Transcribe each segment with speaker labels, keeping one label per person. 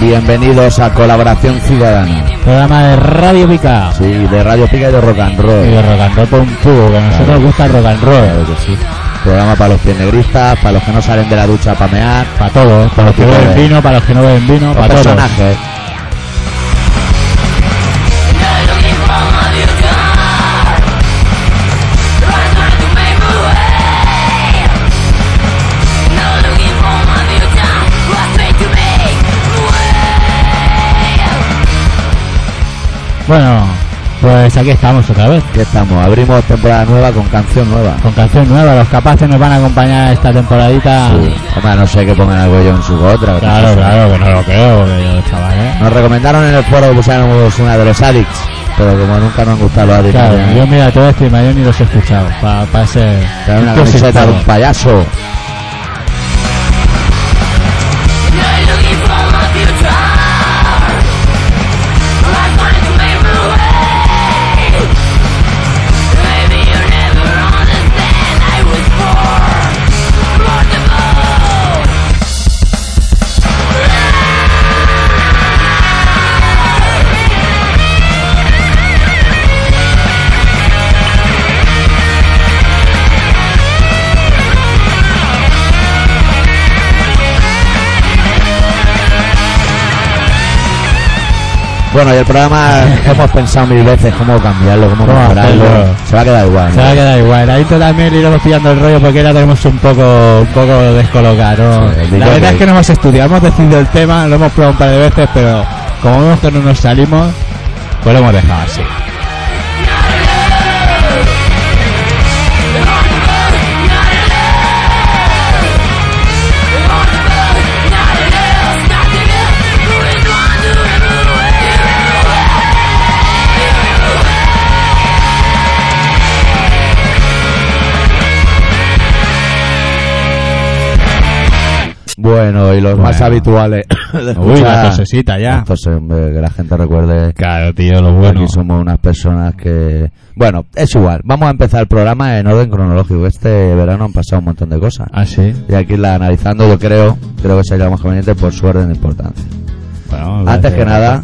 Speaker 1: Bienvenidos a Colaboración Ciudadana.
Speaker 2: Programa de Radio Pica.
Speaker 1: Sí, de Radio Pica y de Rock and
Speaker 2: Y de
Speaker 1: Roll.
Speaker 2: rock and roll por un tubo, que a nosotros
Speaker 1: Claro.
Speaker 2: nos gusta el rock and
Speaker 1: Claro
Speaker 2: roll.
Speaker 1: que sí. Programa para los piernegristas, para los que no salen de la ducha a pamear,
Speaker 2: Para todos, eh. para los que
Speaker 1: Para
Speaker 2: beben
Speaker 1: todos.
Speaker 2: vino, para los que no beben
Speaker 1: para
Speaker 2: vino, para todos.
Speaker 1: personajes.
Speaker 2: Bueno, pues aquí estamos otra vez.
Speaker 1: Aquí estamos, abrimos temporada nueva con canción nueva.
Speaker 2: Con canción nueva, los capaces nos van a acompañar esta temporadita.
Speaker 1: Sí. Hombre, a no sé que pongan algo yo en su otra.
Speaker 2: Ah. Claro, claro, que no lo creo, porque yo, chaval, ¿eh?
Speaker 1: Nos recomendaron en el foro que pusiéramos una de los Addicts, pero como nunca nos han gustado los Addicts,
Speaker 2: Claro,
Speaker 1: ¿no?
Speaker 2: yo mira todo esto y yo ni los he escuchado. Para ser.
Speaker 1: Trae una camiseta de un payaso. Bueno, y el programa hemos pensado mil veces cómo cambiarlo, cómo
Speaker 2: ¿Cómo
Speaker 1: mejorarlo.
Speaker 2: hacerlo?
Speaker 1: Se va a quedar igual.
Speaker 2: Se
Speaker 1: ¿no?
Speaker 2: va a quedar igual. Ahí también le iremos pillando el rollo porque ahora tenemos un poco, un poco descolocado.
Speaker 1: Sí, digo
Speaker 2: la verdad
Speaker 1: que-
Speaker 2: es que no hemos estudiado, hemos decidido el tema, lo hemos probado un par de veces, pero como vemos que no nos salimos, pues lo hemos dejado así.
Speaker 1: Bueno, y los más
Speaker 2: Bueno.
Speaker 1: habituales. de
Speaker 2: Uy,
Speaker 1: escuchar-
Speaker 2: la tosecita ya.
Speaker 1: Entonces, hombre, que la gente recuerde
Speaker 2: Claro, tío, lo
Speaker 1: que
Speaker 2: bueno.
Speaker 1: aquí somos unas personas que... Bueno, es igual. Vamos a empezar el programa en orden cronológico. Este verano han pasado un montón de cosas.
Speaker 2: Ah, sí.
Speaker 1: Y aquí la analizando, yo creo, creo que sería lo más conveniente por su orden de importancia.
Speaker 2: Bueno, me
Speaker 1: Antes
Speaker 2: parece-
Speaker 1: que nada,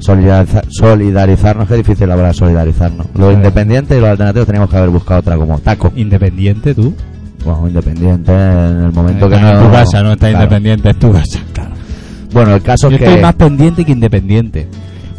Speaker 1: solidariza- solidarizarnos, que difícil la palabra solidarizarnos. Los
Speaker 2: Claro.
Speaker 1: independientes y los alternativos teníamos que haber buscado otra como taco.
Speaker 2: ¿Independiente tú?
Speaker 1: Bueno, independiente en el momento que
Speaker 2: Ah,
Speaker 1: no...
Speaker 2: en tu casa, no estás
Speaker 1: Claro.
Speaker 2: independiente, es tu casa.
Speaker 1: Bueno, el caso
Speaker 2: Yo
Speaker 1: es que...
Speaker 2: estoy más pendiente que independiente.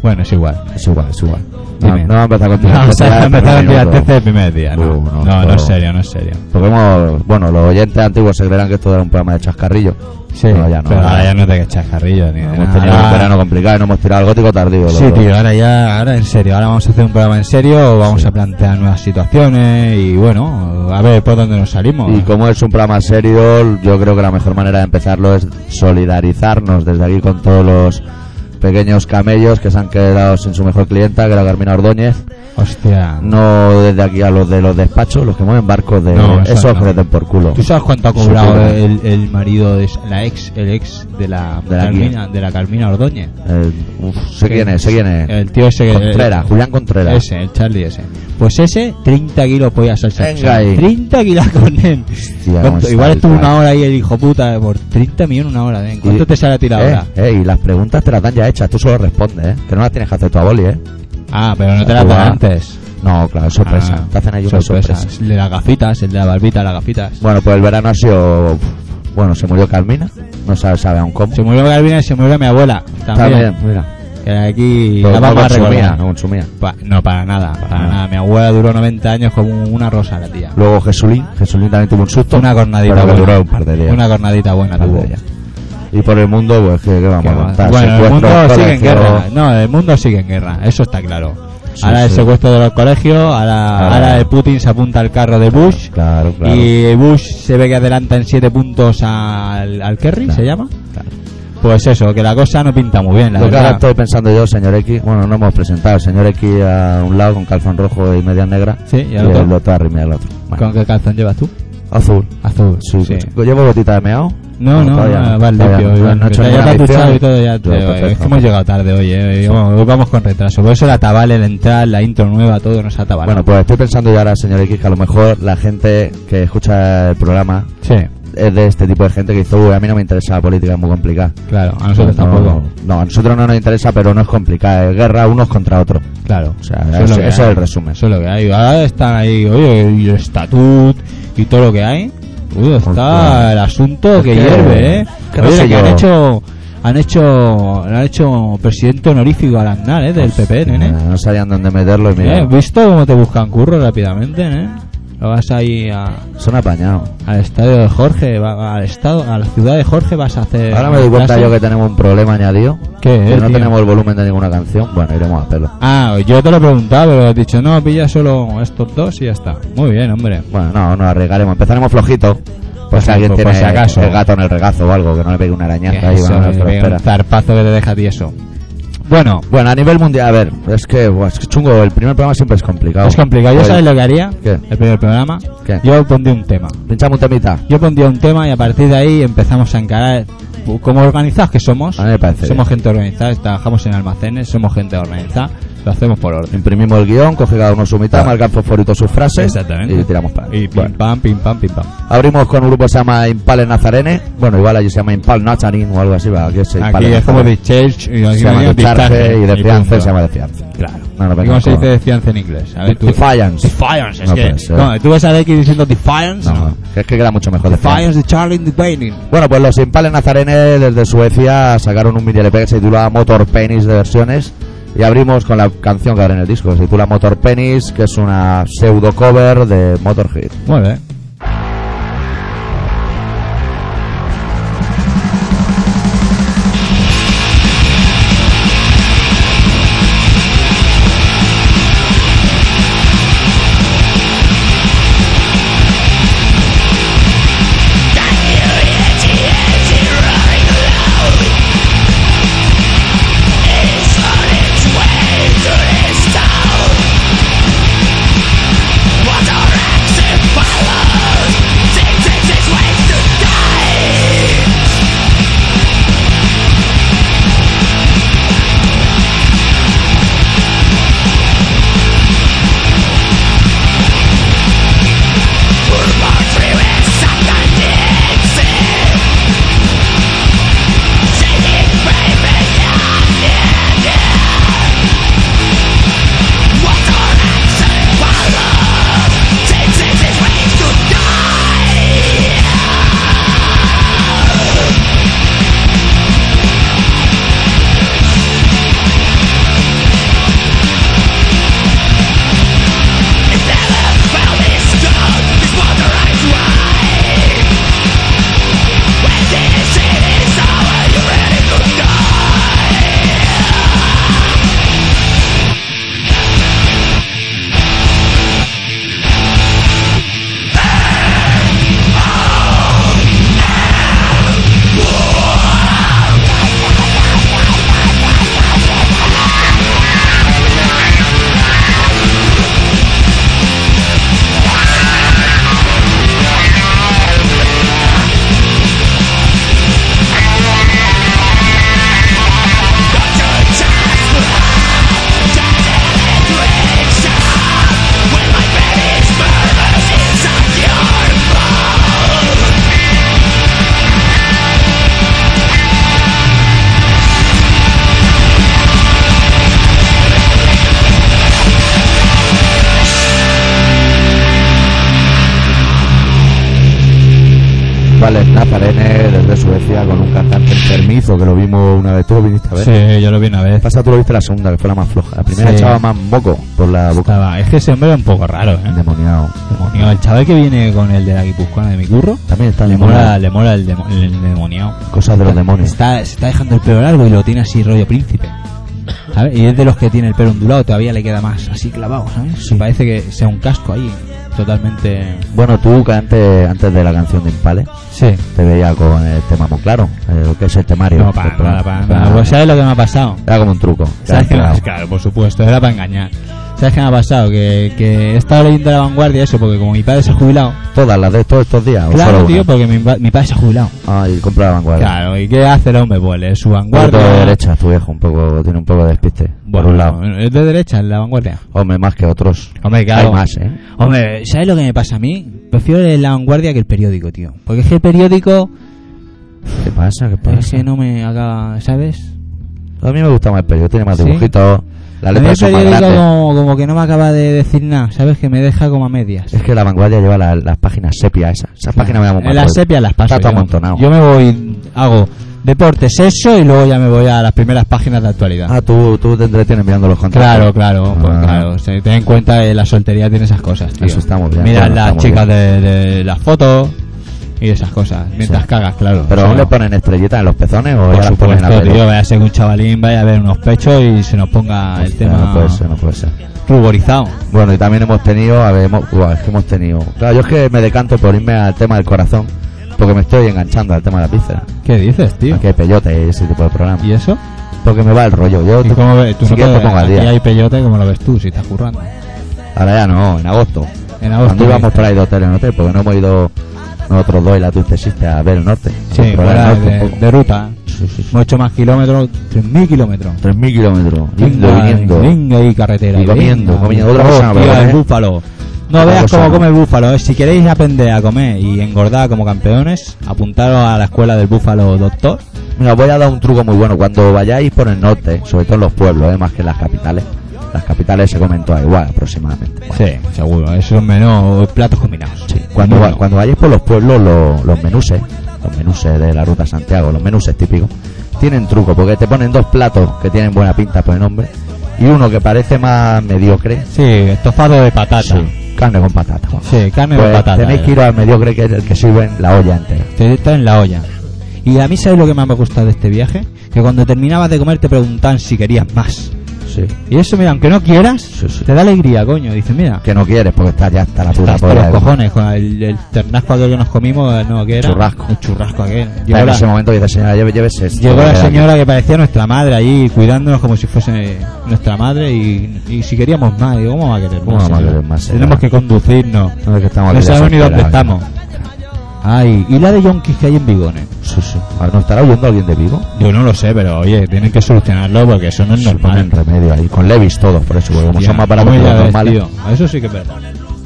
Speaker 2: Bueno, es igual.
Speaker 1: Es igual, es igual. No,
Speaker 2: Dime.
Speaker 1: no vamos a empezar con tirar-
Speaker 2: No, o sea,
Speaker 1: tirar-
Speaker 2: empezaron
Speaker 1: tirar-
Speaker 2: a desde el primer día, no.
Speaker 1: Uh, no,
Speaker 2: no, no,
Speaker 1: no.
Speaker 2: es serio, no es serio.
Speaker 1: Porque hemos- bueno, los oyentes antiguos se creerán que esto era un programa de chascarrillo. Pero ya no.
Speaker 2: Pero ahora ya no te echas carrillo ni de
Speaker 1: Hemos
Speaker 2: nada.
Speaker 1: tenido
Speaker 2: Ahora-
Speaker 1: un verano complicado y no hemos tirado al gótico tardío. los
Speaker 2: Sí,
Speaker 1: dos.
Speaker 2: tío, ahora ya, ahora en serio, ahora vamos a hacer un programa en serio, vamos
Speaker 1: Sí.
Speaker 2: a plantear nuevas situaciones y bueno, a ver por dónde nos salimos.
Speaker 1: Y como es un programa serio, yo creo que la mejor manera de empezarlo es solidarizarnos desde aquí con todos los pequeños camellos que se han quedado sin su mejor clienta, que era Carmina Ordóñez.
Speaker 2: Hostia.
Speaker 1: No desde aquí a los de los despachos, los que mueven barcos de...
Speaker 2: No, eso
Speaker 1: esos
Speaker 2: no.
Speaker 1: que les den por culo.
Speaker 2: ¿Tú sabes cuánto ha
Speaker 1: Sí,
Speaker 2: cobrado
Speaker 1: tío.
Speaker 2: el, el marido de s- la ex, el ex de la,
Speaker 1: ¿De la
Speaker 2: Carmina, de la Carmina Ordóñez?
Speaker 1: El- Eh, uf, sé quién es, sé quién es.
Speaker 2: El tío ese eh, que eh,
Speaker 1: Contreras, Julián Contreras.
Speaker 2: Ese, el Charlie ese. Pues ese, 30 kilos podía ser
Speaker 1: Venga ahí.
Speaker 2: 30 kilos con él.
Speaker 1: ¿cómo
Speaker 2: ¿Cuánto?
Speaker 1: está
Speaker 2: Igual
Speaker 1: el
Speaker 2: estuvo
Speaker 1: pack?
Speaker 2: una hora ahí el hijo puta por 30 millones una hora. ¿eh? ¿Cuánto
Speaker 1: Y-
Speaker 2: te sale a ti la
Speaker 1: eh,
Speaker 2: hora?
Speaker 1: eh, y las preguntas te las dan ya hechas, tú solo respondes, ¿eh? Que no las tienes que hacer tú a boli, ¿eh?
Speaker 2: Ah, pero no te
Speaker 1: Tú
Speaker 2: la
Speaker 1: vas-
Speaker 2: dan antes.
Speaker 1: No, claro, es sorpresa.
Speaker 2: Ah,
Speaker 1: te hacen ahí una sorpresa.
Speaker 2: El de las gafitas, el de la barbita, las gafitas.
Speaker 1: Bueno, pues el verano ha sido. pf, Bueno, se murió Carmina, no sabe, sabe aún cómo.
Speaker 2: Se murió Galvina y se murió mi abuela. También.
Speaker 1: mira.
Speaker 2: Que aquí
Speaker 1: Pero
Speaker 2: la
Speaker 1: no
Speaker 2: vamos a
Speaker 1: consumía,
Speaker 2: recordar.
Speaker 1: no consumía.
Speaker 2: Pa- no, para nada, para,
Speaker 1: nada.
Speaker 2: nada. Mi abuela duró 90 años como una rosa, la tía.
Speaker 1: Luego Jesulín, Jesulín también tuvo un susto.
Speaker 2: Una cornadita
Speaker 1: pero que
Speaker 2: buena.
Speaker 1: duró un par de días.
Speaker 2: Una cornadita buena
Speaker 1: Un par de
Speaker 2: tuvo.
Speaker 1: días. Y por el mundo, pues, ¿qué, qué vamos a
Speaker 2: Que va-
Speaker 1: contar?
Speaker 2: Bueno, el
Speaker 1: Secuestros,
Speaker 2: mundo sigue en
Speaker 1: colegios,
Speaker 2: guerra. No, el mundo sigue en guerra, eso está claro.
Speaker 1: Sí,
Speaker 2: ahora el
Speaker 1: sí.
Speaker 2: secuestro de los colegios, ahora,
Speaker 1: Ahora-
Speaker 2: ahora el Putin se apunta al carro de Bush.
Speaker 1: Claro, claro.
Speaker 2: Y Bush se ve que adelanta en 7 puntos al, al Kerry,
Speaker 1: Claro.
Speaker 2: ¿se llama?
Speaker 1: Claro.
Speaker 2: Pues eso, que la cosa no pinta muy bien, la
Speaker 1: Lo que ahora
Speaker 2: verdad.
Speaker 1: estoy pensando yo, señor X, bueno, no hemos presentado, señor X a un lado con calzón rojo y media negra
Speaker 2: Sí, y al
Speaker 1: el
Speaker 2: otro.
Speaker 1: otro, arriba al otro. Bueno,
Speaker 2: ¿Con qué calzón llevas tú?
Speaker 1: Azul.
Speaker 2: Azul.
Speaker 1: Sí, pues, ¿Llevo botita de meao?
Speaker 2: No, no,
Speaker 1: todavía
Speaker 2: no, va el
Speaker 1: todavía
Speaker 2: limpio.
Speaker 1: no,
Speaker 2: Iván,
Speaker 1: no he hecho
Speaker 2: que ya te
Speaker 1: ninguna
Speaker 2: has duchado
Speaker 1: lección.
Speaker 2: y todo ya. te-
Speaker 1: Todo perfecto.
Speaker 2: es que hemos llegado tarde hoy, eh. Vamos, vamos con retraso. Por eso la tabale, el entrar, la intro nueva, todo nos ha tabalado.
Speaker 1: Bueno, pues estoy pensando yo ahora, señor X, que a lo mejor la gente que escucha el programa
Speaker 2: sí.
Speaker 1: es de este tipo de gente que dice, uy, a mí no me interesa la política, es muy complicada.
Speaker 2: Claro, a nosotros
Speaker 1: No,
Speaker 2: tampoco.
Speaker 1: No, a nosotros no nos interesa, pero no es complicada. Es guerra unos contra otros.
Speaker 2: Claro.
Speaker 1: O sea,
Speaker 2: Eso es
Speaker 1: ese,
Speaker 2: lo que
Speaker 1: ese
Speaker 2: hay.
Speaker 1: es el resumen.
Speaker 2: Eso es lo que hay. Ahora están ahí, oye, y el estatut y todo lo que hay. Uy, está
Speaker 1: Hostia.
Speaker 2: el asunto
Speaker 1: Es
Speaker 2: que,
Speaker 1: que-
Speaker 2: hierve, ¿eh?
Speaker 1: que no
Speaker 2: Oye,
Speaker 1: sé
Speaker 2: que
Speaker 1: yo.
Speaker 2: han hecho, han hecho, le han hecho presidente honorífico al Aznar, ¿eh? Del PP, nene.
Speaker 1: No sabían dónde meterlo y mira,
Speaker 2: ¿Eh? ¿Visto cómo te buscan curro rápidamente, eh? Lo vas ahí a-
Speaker 1: son apañados.
Speaker 2: al estadio de Jorge, va- al estado, a la ciudad de Jorge vas a hacer.
Speaker 1: Ahora me doy
Speaker 2: una
Speaker 1: cuenta
Speaker 2: clase.
Speaker 1: yo que tenemos un problema añadido.
Speaker 2: ¿Qué,
Speaker 1: que
Speaker 2: eh,
Speaker 1: no
Speaker 2: tío?
Speaker 1: tenemos el volumen de ninguna canción. Bueno, iremos a hacerlo.
Speaker 2: Ah, yo te lo he preguntado, pero has dicho, no, pilla solo estos dos y ya está. Muy bien, hombre.
Speaker 1: Bueno, no, nos arriesgaremos. Empezaremos flojito. Pues
Speaker 2: Pues
Speaker 1: si alguien
Speaker 2: por- por
Speaker 1: tiene
Speaker 2: si acaso.
Speaker 1: el gato en el regazo o algo, que no le pegue una arañaza ahí,
Speaker 2: Eso,
Speaker 1: bueno,
Speaker 2: que
Speaker 1: se lo
Speaker 2: pega un
Speaker 1: espera.
Speaker 2: zarpazo que te deja tieso. Bueno,
Speaker 1: Bueno, a nivel mundial, a ver, es que buah, es que chungo, el primer programa siempre es complicado.
Speaker 2: es complicado. ¿Yo
Speaker 1: Oye,
Speaker 2: sabes lo que haría?
Speaker 1: ¿Qué?
Speaker 2: El primer programa.
Speaker 1: ¿Qué?
Speaker 2: Yo pondría un tema.
Speaker 1: Pinchamos un temita.
Speaker 2: Yo pondría un tema y a partir de ahí empezamos a encarar. Como organizados que somos,
Speaker 1: A mí me parece
Speaker 2: somos gente organizada, trabajamos en almacenes, somos gente organizada, lo hacemos por orden.
Speaker 1: Imprimimos el guión, coge cada uno su mitad,
Speaker 2: Ah.
Speaker 1: marca el fosforito sus frases
Speaker 2: Exactamente.
Speaker 1: y tiramos para
Speaker 2: Y pim pam, pim pam, pim pam.
Speaker 1: Abrimos con un grupo que se llama Impales Nazarene. Bueno, igual allí se llama Impal Nazarín o algo así. va, Aquí es,
Speaker 2: Aquí
Speaker 1: Impales
Speaker 2: es como
Speaker 1: Nazarene.
Speaker 2: de church y aquí
Speaker 1: Se llama
Speaker 2: no hay
Speaker 1: Discharge y de
Speaker 2: distancia,
Speaker 1: fianza se
Speaker 2: punto.
Speaker 1: llama de fianza.
Speaker 2: Claro.
Speaker 1: No, no,
Speaker 2: ¿Y ¿Cómo se
Speaker 1: no.
Speaker 2: dice defiance en inglés? A ver, tú.
Speaker 1: Defiance.
Speaker 2: Defiance, es
Speaker 1: No puede
Speaker 2: que.
Speaker 1: ser.
Speaker 2: No, tú ves a Decky diciendo Defiance.
Speaker 1: No, que es que queda mucho mejor Defiance.
Speaker 2: Defiance de Charlie the Painting.
Speaker 1: Bueno, pues los Impales Nazarenes desde Suecia sacaron un mini LP que se titula Motor Penis de versiones y abrimos con la canción que abre en el disco, que se titula Motor Penis, que es una pseudo cover de Motorhead.
Speaker 2: Muy bien.
Speaker 1: Impales Nazarene desde Suecia con un cantante enfermizo que lo vimos una vez. ¿Tú lo viniste a ver?
Speaker 2: pues. Sí, yo lo vi una vez.
Speaker 1: Pasa, tú lo viste la segunda, que fue la más floja. La primera
Speaker 2: Sí.
Speaker 1: echaba más moco por la boca.
Speaker 2: Estaba- es que ese hombre era un poco raro, ¿eh?
Speaker 1: Endemoniado.
Speaker 2: Demonio. El chaval que viene con el de la guipuzcoana de mi curro,
Speaker 1: También está
Speaker 2: le
Speaker 1: endemoniado.
Speaker 2: mola, le mola el, demo- el demoniado.
Speaker 1: Cosas de los demonios.
Speaker 2: Está, este. se está dejando el pelo largo y lo tiene así rollo príncipe. ¿Sabes? Y es de los que tiene el pelo ondulado, todavía le queda más así clavado, ¿sabes?
Speaker 1: Sí.
Speaker 2: Parece que sea un casco ahí, totalmente...
Speaker 1: Bueno, tú que antes, antes de la canción de Impale
Speaker 2: Sí.
Speaker 1: te veía con el tema muy claro, eh, lo que es el temario.
Speaker 2: No, para
Speaker 1: El plan-
Speaker 2: nada, para
Speaker 1: plan-
Speaker 2: nada. Pues, ¿Sabes lo que me ha pasado?
Speaker 1: Era como un truco.
Speaker 2: ¿Sabes
Speaker 1: Era
Speaker 2: qué me ha-
Speaker 1: claro.
Speaker 2: Claro, por supuesto, era para engañar. ¿Sabes qué me ha pasado? Que, que he estado leyendo la vanguardia eso, porque como mi padre se ha jubilado.
Speaker 1: Todas las de todos estos días. o
Speaker 2: Claro,
Speaker 1: solo
Speaker 2: tío, pues-
Speaker 1: una.
Speaker 2: porque mi, pa- mi padre se ha jubilado.
Speaker 1: Ah, y compra la vanguardia.
Speaker 2: Claro, ¿y qué hace el hombre? Pues lee su
Speaker 1: Guardo de
Speaker 2: vanguardia.
Speaker 1: derecha, tu viejo, un poco, tiene un poco de despiste.
Speaker 2: Bueno,
Speaker 1: por un lado.
Speaker 2: Es de derecha, en la vanguardia.
Speaker 1: Hombre, más que otros.
Speaker 2: Hombre, claro.
Speaker 1: Hay más, ¿eh?
Speaker 2: Hombre, ¿sabes lo que me pasa a mí? Prefiero leer la vanguardia que el periódico, tío. Porque es que el periódico.
Speaker 1: ¿Qué pasa? ¿Qué
Speaker 2: Es
Speaker 1: pasa?
Speaker 2: que no me acaba, ¿sabes?
Speaker 1: A mí me gusta más el periódico, tiene más
Speaker 2: ¿Sí?
Speaker 1: dibujitos. Las
Speaker 2: A mí el
Speaker 1: letras son más
Speaker 2: periódico
Speaker 1: grandes.
Speaker 2: como, como que no me acaba de decir nada, ¿sabes? Que me deja como a medias.
Speaker 1: Es que la vanguardia lleva la- las páginas sepia esas. Esas páginas me dan un
Speaker 2: En las
Speaker 1: mal rollo.
Speaker 2: sepias las paso.
Speaker 1: Está todo
Speaker 2: yo.
Speaker 1: amontonado.
Speaker 2: Yo me voy, hago deporte, sexo y luego ya me voy a las primeras páginas de actualidad.
Speaker 1: Ah, tú, tú te entretienes mirando los contratos.
Speaker 2: Claro, claro, pues
Speaker 1: Ah.
Speaker 2: claro. O sea, ten en cuenta que la soltería tiene esas cosas, tío.
Speaker 1: Eso está muy bien,
Speaker 2: Mira
Speaker 1: bueno, está
Speaker 2: las
Speaker 1: muy
Speaker 2: chicas de, de las fotos y esas cosas. Mientras
Speaker 1: Sí.
Speaker 2: cagas, claro.
Speaker 1: ¿Pero
Speaker 2: O sea,
Speaker 1: aún le ponen estrellitas en los pezones o
Speaker 2: por
Speaker 1: ya las ponen en la
Speaker 2: supuesto,
Speaker 1: peli?
Speaker 2: tío, vaya a ser que un chavalín, vaya a ver unos pechos y se nos ponga Ah, el
Speaker 1: Hostia,
Speaker 2: tema
Speaker 1: No puede ser, no puede ser.
Speaker 2: ruborizado.
Speaker 1: Bueno, y también hemos tenido, a ver, hemos, buah, es que hemos tenido. Claro, yo es que me decanto por irme al tema del corazón, porque me estoy enganchando al tema de la pizza.
Speaker 2: ¿Qué dices, tío?
Speaker 1: Que peyote y ese tipo de programa.
Speaker 2: ¿Y eso?
Speaker 1: Porque me va el rollo. Yo
Speaker 2: ¿Y
Speaker 1: te-
Speaker 2: cómo ves? Tú
Speaker 1: si
Speaker 2: no
Speaker 1: quieres
Speaker 2: te-
Speaker 1: te pongo al
Speaker 2: aquí
Speaker 1: día.
Speaker 2: hay peyote como lo ves tú, si estás currando.
Speaker 1: Ahora ya no, en agosto.
Speaker 2: En
Speaker 1: Cuando
Speaker 2: agosto.
Speaker 1: íbamos para ir de hotel en hotel, porque no hemos ido nosotros dos y la tú te hiciste a ver el norte.
Speaker 2: Sí,
Speaker 1: Explorar
Speaker 2: fuera
Speaker 1: el norte un
Speaker 2: de,
Speaker 1: poco.
Speaker 2: de ruta.
Speaker 1: Sí, sí, sí.
Speaker 2: Hemos hecho más kilómetros, 3.000 kilómetros.
Speaker 1: 3.000 kilómetros. Yendo,
Speaker 2: Venga,
Speaker 1: viniendo.
Speaker 2: Venga y carretera.
Speaker 1: Y comiendo,
Speaker 2: venga.
Speaker 1: comiendo. Otra cosa no,
Speaker 2: Hostia,
Speaker 1: ¿verdad,
Speaker 2: el
Speaker 1: eh?
Speaker 2: búfalo. No
Speaker 1: Otra
Speaker 2: veas
Speaker 1: cosa
Speaker 2: cómo
Speaker 1: no.
Speaker 2: come el búfalo. eh. Si queréis aprender a comer y engordar como campeones, apuntaros a la escuela del búfalo doctor.
Speaker 1: Mira, os voy a dar un truco muy bueno. Cuando vayáis por el norte, sobre todo en los pueblos, eh, más que en las capitales, las capitales se comen todas igual aproximadamente.
Speaker 2: Sí, seguro. Eso es menos platos combinados.
Speaker 1: ¿eh? Sí, cuando,
Speaker 2: Muy
Speaker 1: va-
Speaker 2: bueno.
Speaker 1: cuando vayáis por los pueblos, lo- los menuses, los menuses de la ruta Santiago, los menuses típicos, tienen truco, porque te ponen dos platos que tienen buena pinta por el nombre y uno que parece más mediocre,
Speaker 2: Sí, estofado de patata. Sí,
Speaker 1: sí, carne con patata. Juan.
Speaker 2: carne de
Speaker 1: Pues
Speaker 2: patata. eh.
Speaker 1: tenéis que ir al mediocre que es el que sirven la olla entera.
Speaker 2: Te está en la olla. Y a mí, ¿sabes lo que más me ha gustado de este viaje? Que cuando terminabas de comer te preguntaban si querías más.
Speaker 1: Sí.
Speaker 2: Y eso, mira, aunque no quieras,
Speaker 1: Sí, sí.
Speaker 2: te da alegría, coño. Dices, mira,
Speaker 1: Que no quieres porque estás ya hasta la puta
Speaker 2: Hasta
Speaker 1: polla. eh.
Speaker 2: los
Speaker 1: de-
Speaker 2: cojones, con el, el ternasco aquel que nos comimos, eh, no, que era.
Speaker 1: Churrasco.
Speaker 2: El churrasco aquel.
Speaker 1: Ya
Speaker 2: Llegó
Speaker 1: en
Speaker 2: la,
Speaker 1: ese momento dice, señora, lleve- llévese. esto,
Speaker 2: llegó la
Speaker 1: eh,
Speaker 2: señora que parecía nuestra madre allí, cuidándonos como si fuese nuestra madre y, y si queríamos más, digo, ¿cómo va a querer más?
Speaker 1: ¿Cómo vamos a
Speaker 2: señora?
Speaker 1: querer más, señora?
Speaker 2: Tenemos que conducirnos.
Speaker 1: No, es que estamos
Speaker 2: No
Speaker 1: aquí
Speaker 2: sabemos ni dónde
Speaker 1: desesperados.
Speaker 2: estamos. Ay, ¿y la de Yonkis que hay en Vigones?
Speaker 1: Sí, sí. A ver, ¿No estará oyendo alguien de vivo?
Speaker 2: Yo no lo sé, pero oye, tienen que solucionarlo porque eso no es normal.
Speaker 1: Ponen remedio ahí. Con Levis todos, por eso, porque como
Speaker 2: Tía,
Speaker 1: son más baratos que
Speaker 2: ¿cómo
Speaker 1: los
Speaker 2: ya ves,
Speaker 1: normales.
Speaker 2: tío? Eso sí que es verdad.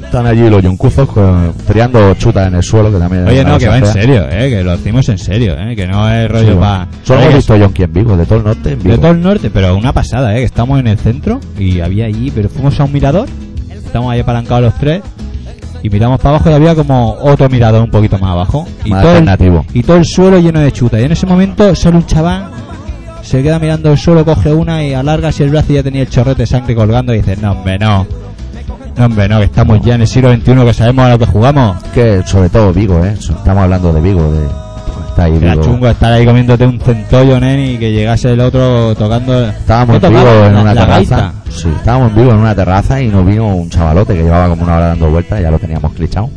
Speaker 1: Están allí los yoncuzos con- tirando chutas en el suelo, que también...
Speaker 2: Oye,
Speaker 1: es una
Speaker 2: no, que
Speaker 1: cosa
Speaker 2: va en
Speaker 1: fea.
Speaker 2: serio, eh, que lo hacemos en serio, eh, que no
Speaker 1: Sí,
Speaker 2: es rollo
Speaker 1: bueno.
Speaker 2: pa-
Speaker 1: Solo
Speaker 2: Oye,
Speaker 1: hemos
Speaker 2: que
Speaker 1: visto Yonki en Vigo, de todo el norte en Vigo.
Speaker 2: De todo el norte, pero una pasada, ¿eh? Que estamos en el centro y había allí, pero fuimos a un mirador, estamos ahí apalancados los tres y miramos para abajo y había como otro mirador un poquito más abajo. Y,
Speaker 1: Más
Speaker 2: todo el,
Speaker 1: alternativo.
Speaker 2: y todo el suelo lleno de chuta. Y en ese momento sale un chaval, se queda mirando el suelo, coge una y alarga así el brazo y ya tenía el chorrete de sangre colgando y dice, no, hombre, no. No, hombre, no, que estamos ya en el siglo XXI, que sabemos a lo que jugamos.
Speaker 1: Que sobre todo Vigo, ¿eh? So- Estamos hablando de Vigo, de... Está ahí
Speaker 2: Era
Speaker 1: Vigo.
Speaker 2: chungo estar ahí comiéndote un centollo, nen, y que llegase el otro tocando...
Speaker 1: Estábamos
Speaker 2: ¿Qué
Speaker 1: en Vigo
Speaker 2: tocaba?
Speaker 1: en
Speaker 2: La-
Speaker 1: una
Speaker 2: la
Speaker 1: terraza.
Speaker 2: gaita.
Speaker 1: Sí, estábamos en Vigo en una terraza y nos vino un chavalote que llevaba como una hora dando vueltas, ya lo teníamos clichado.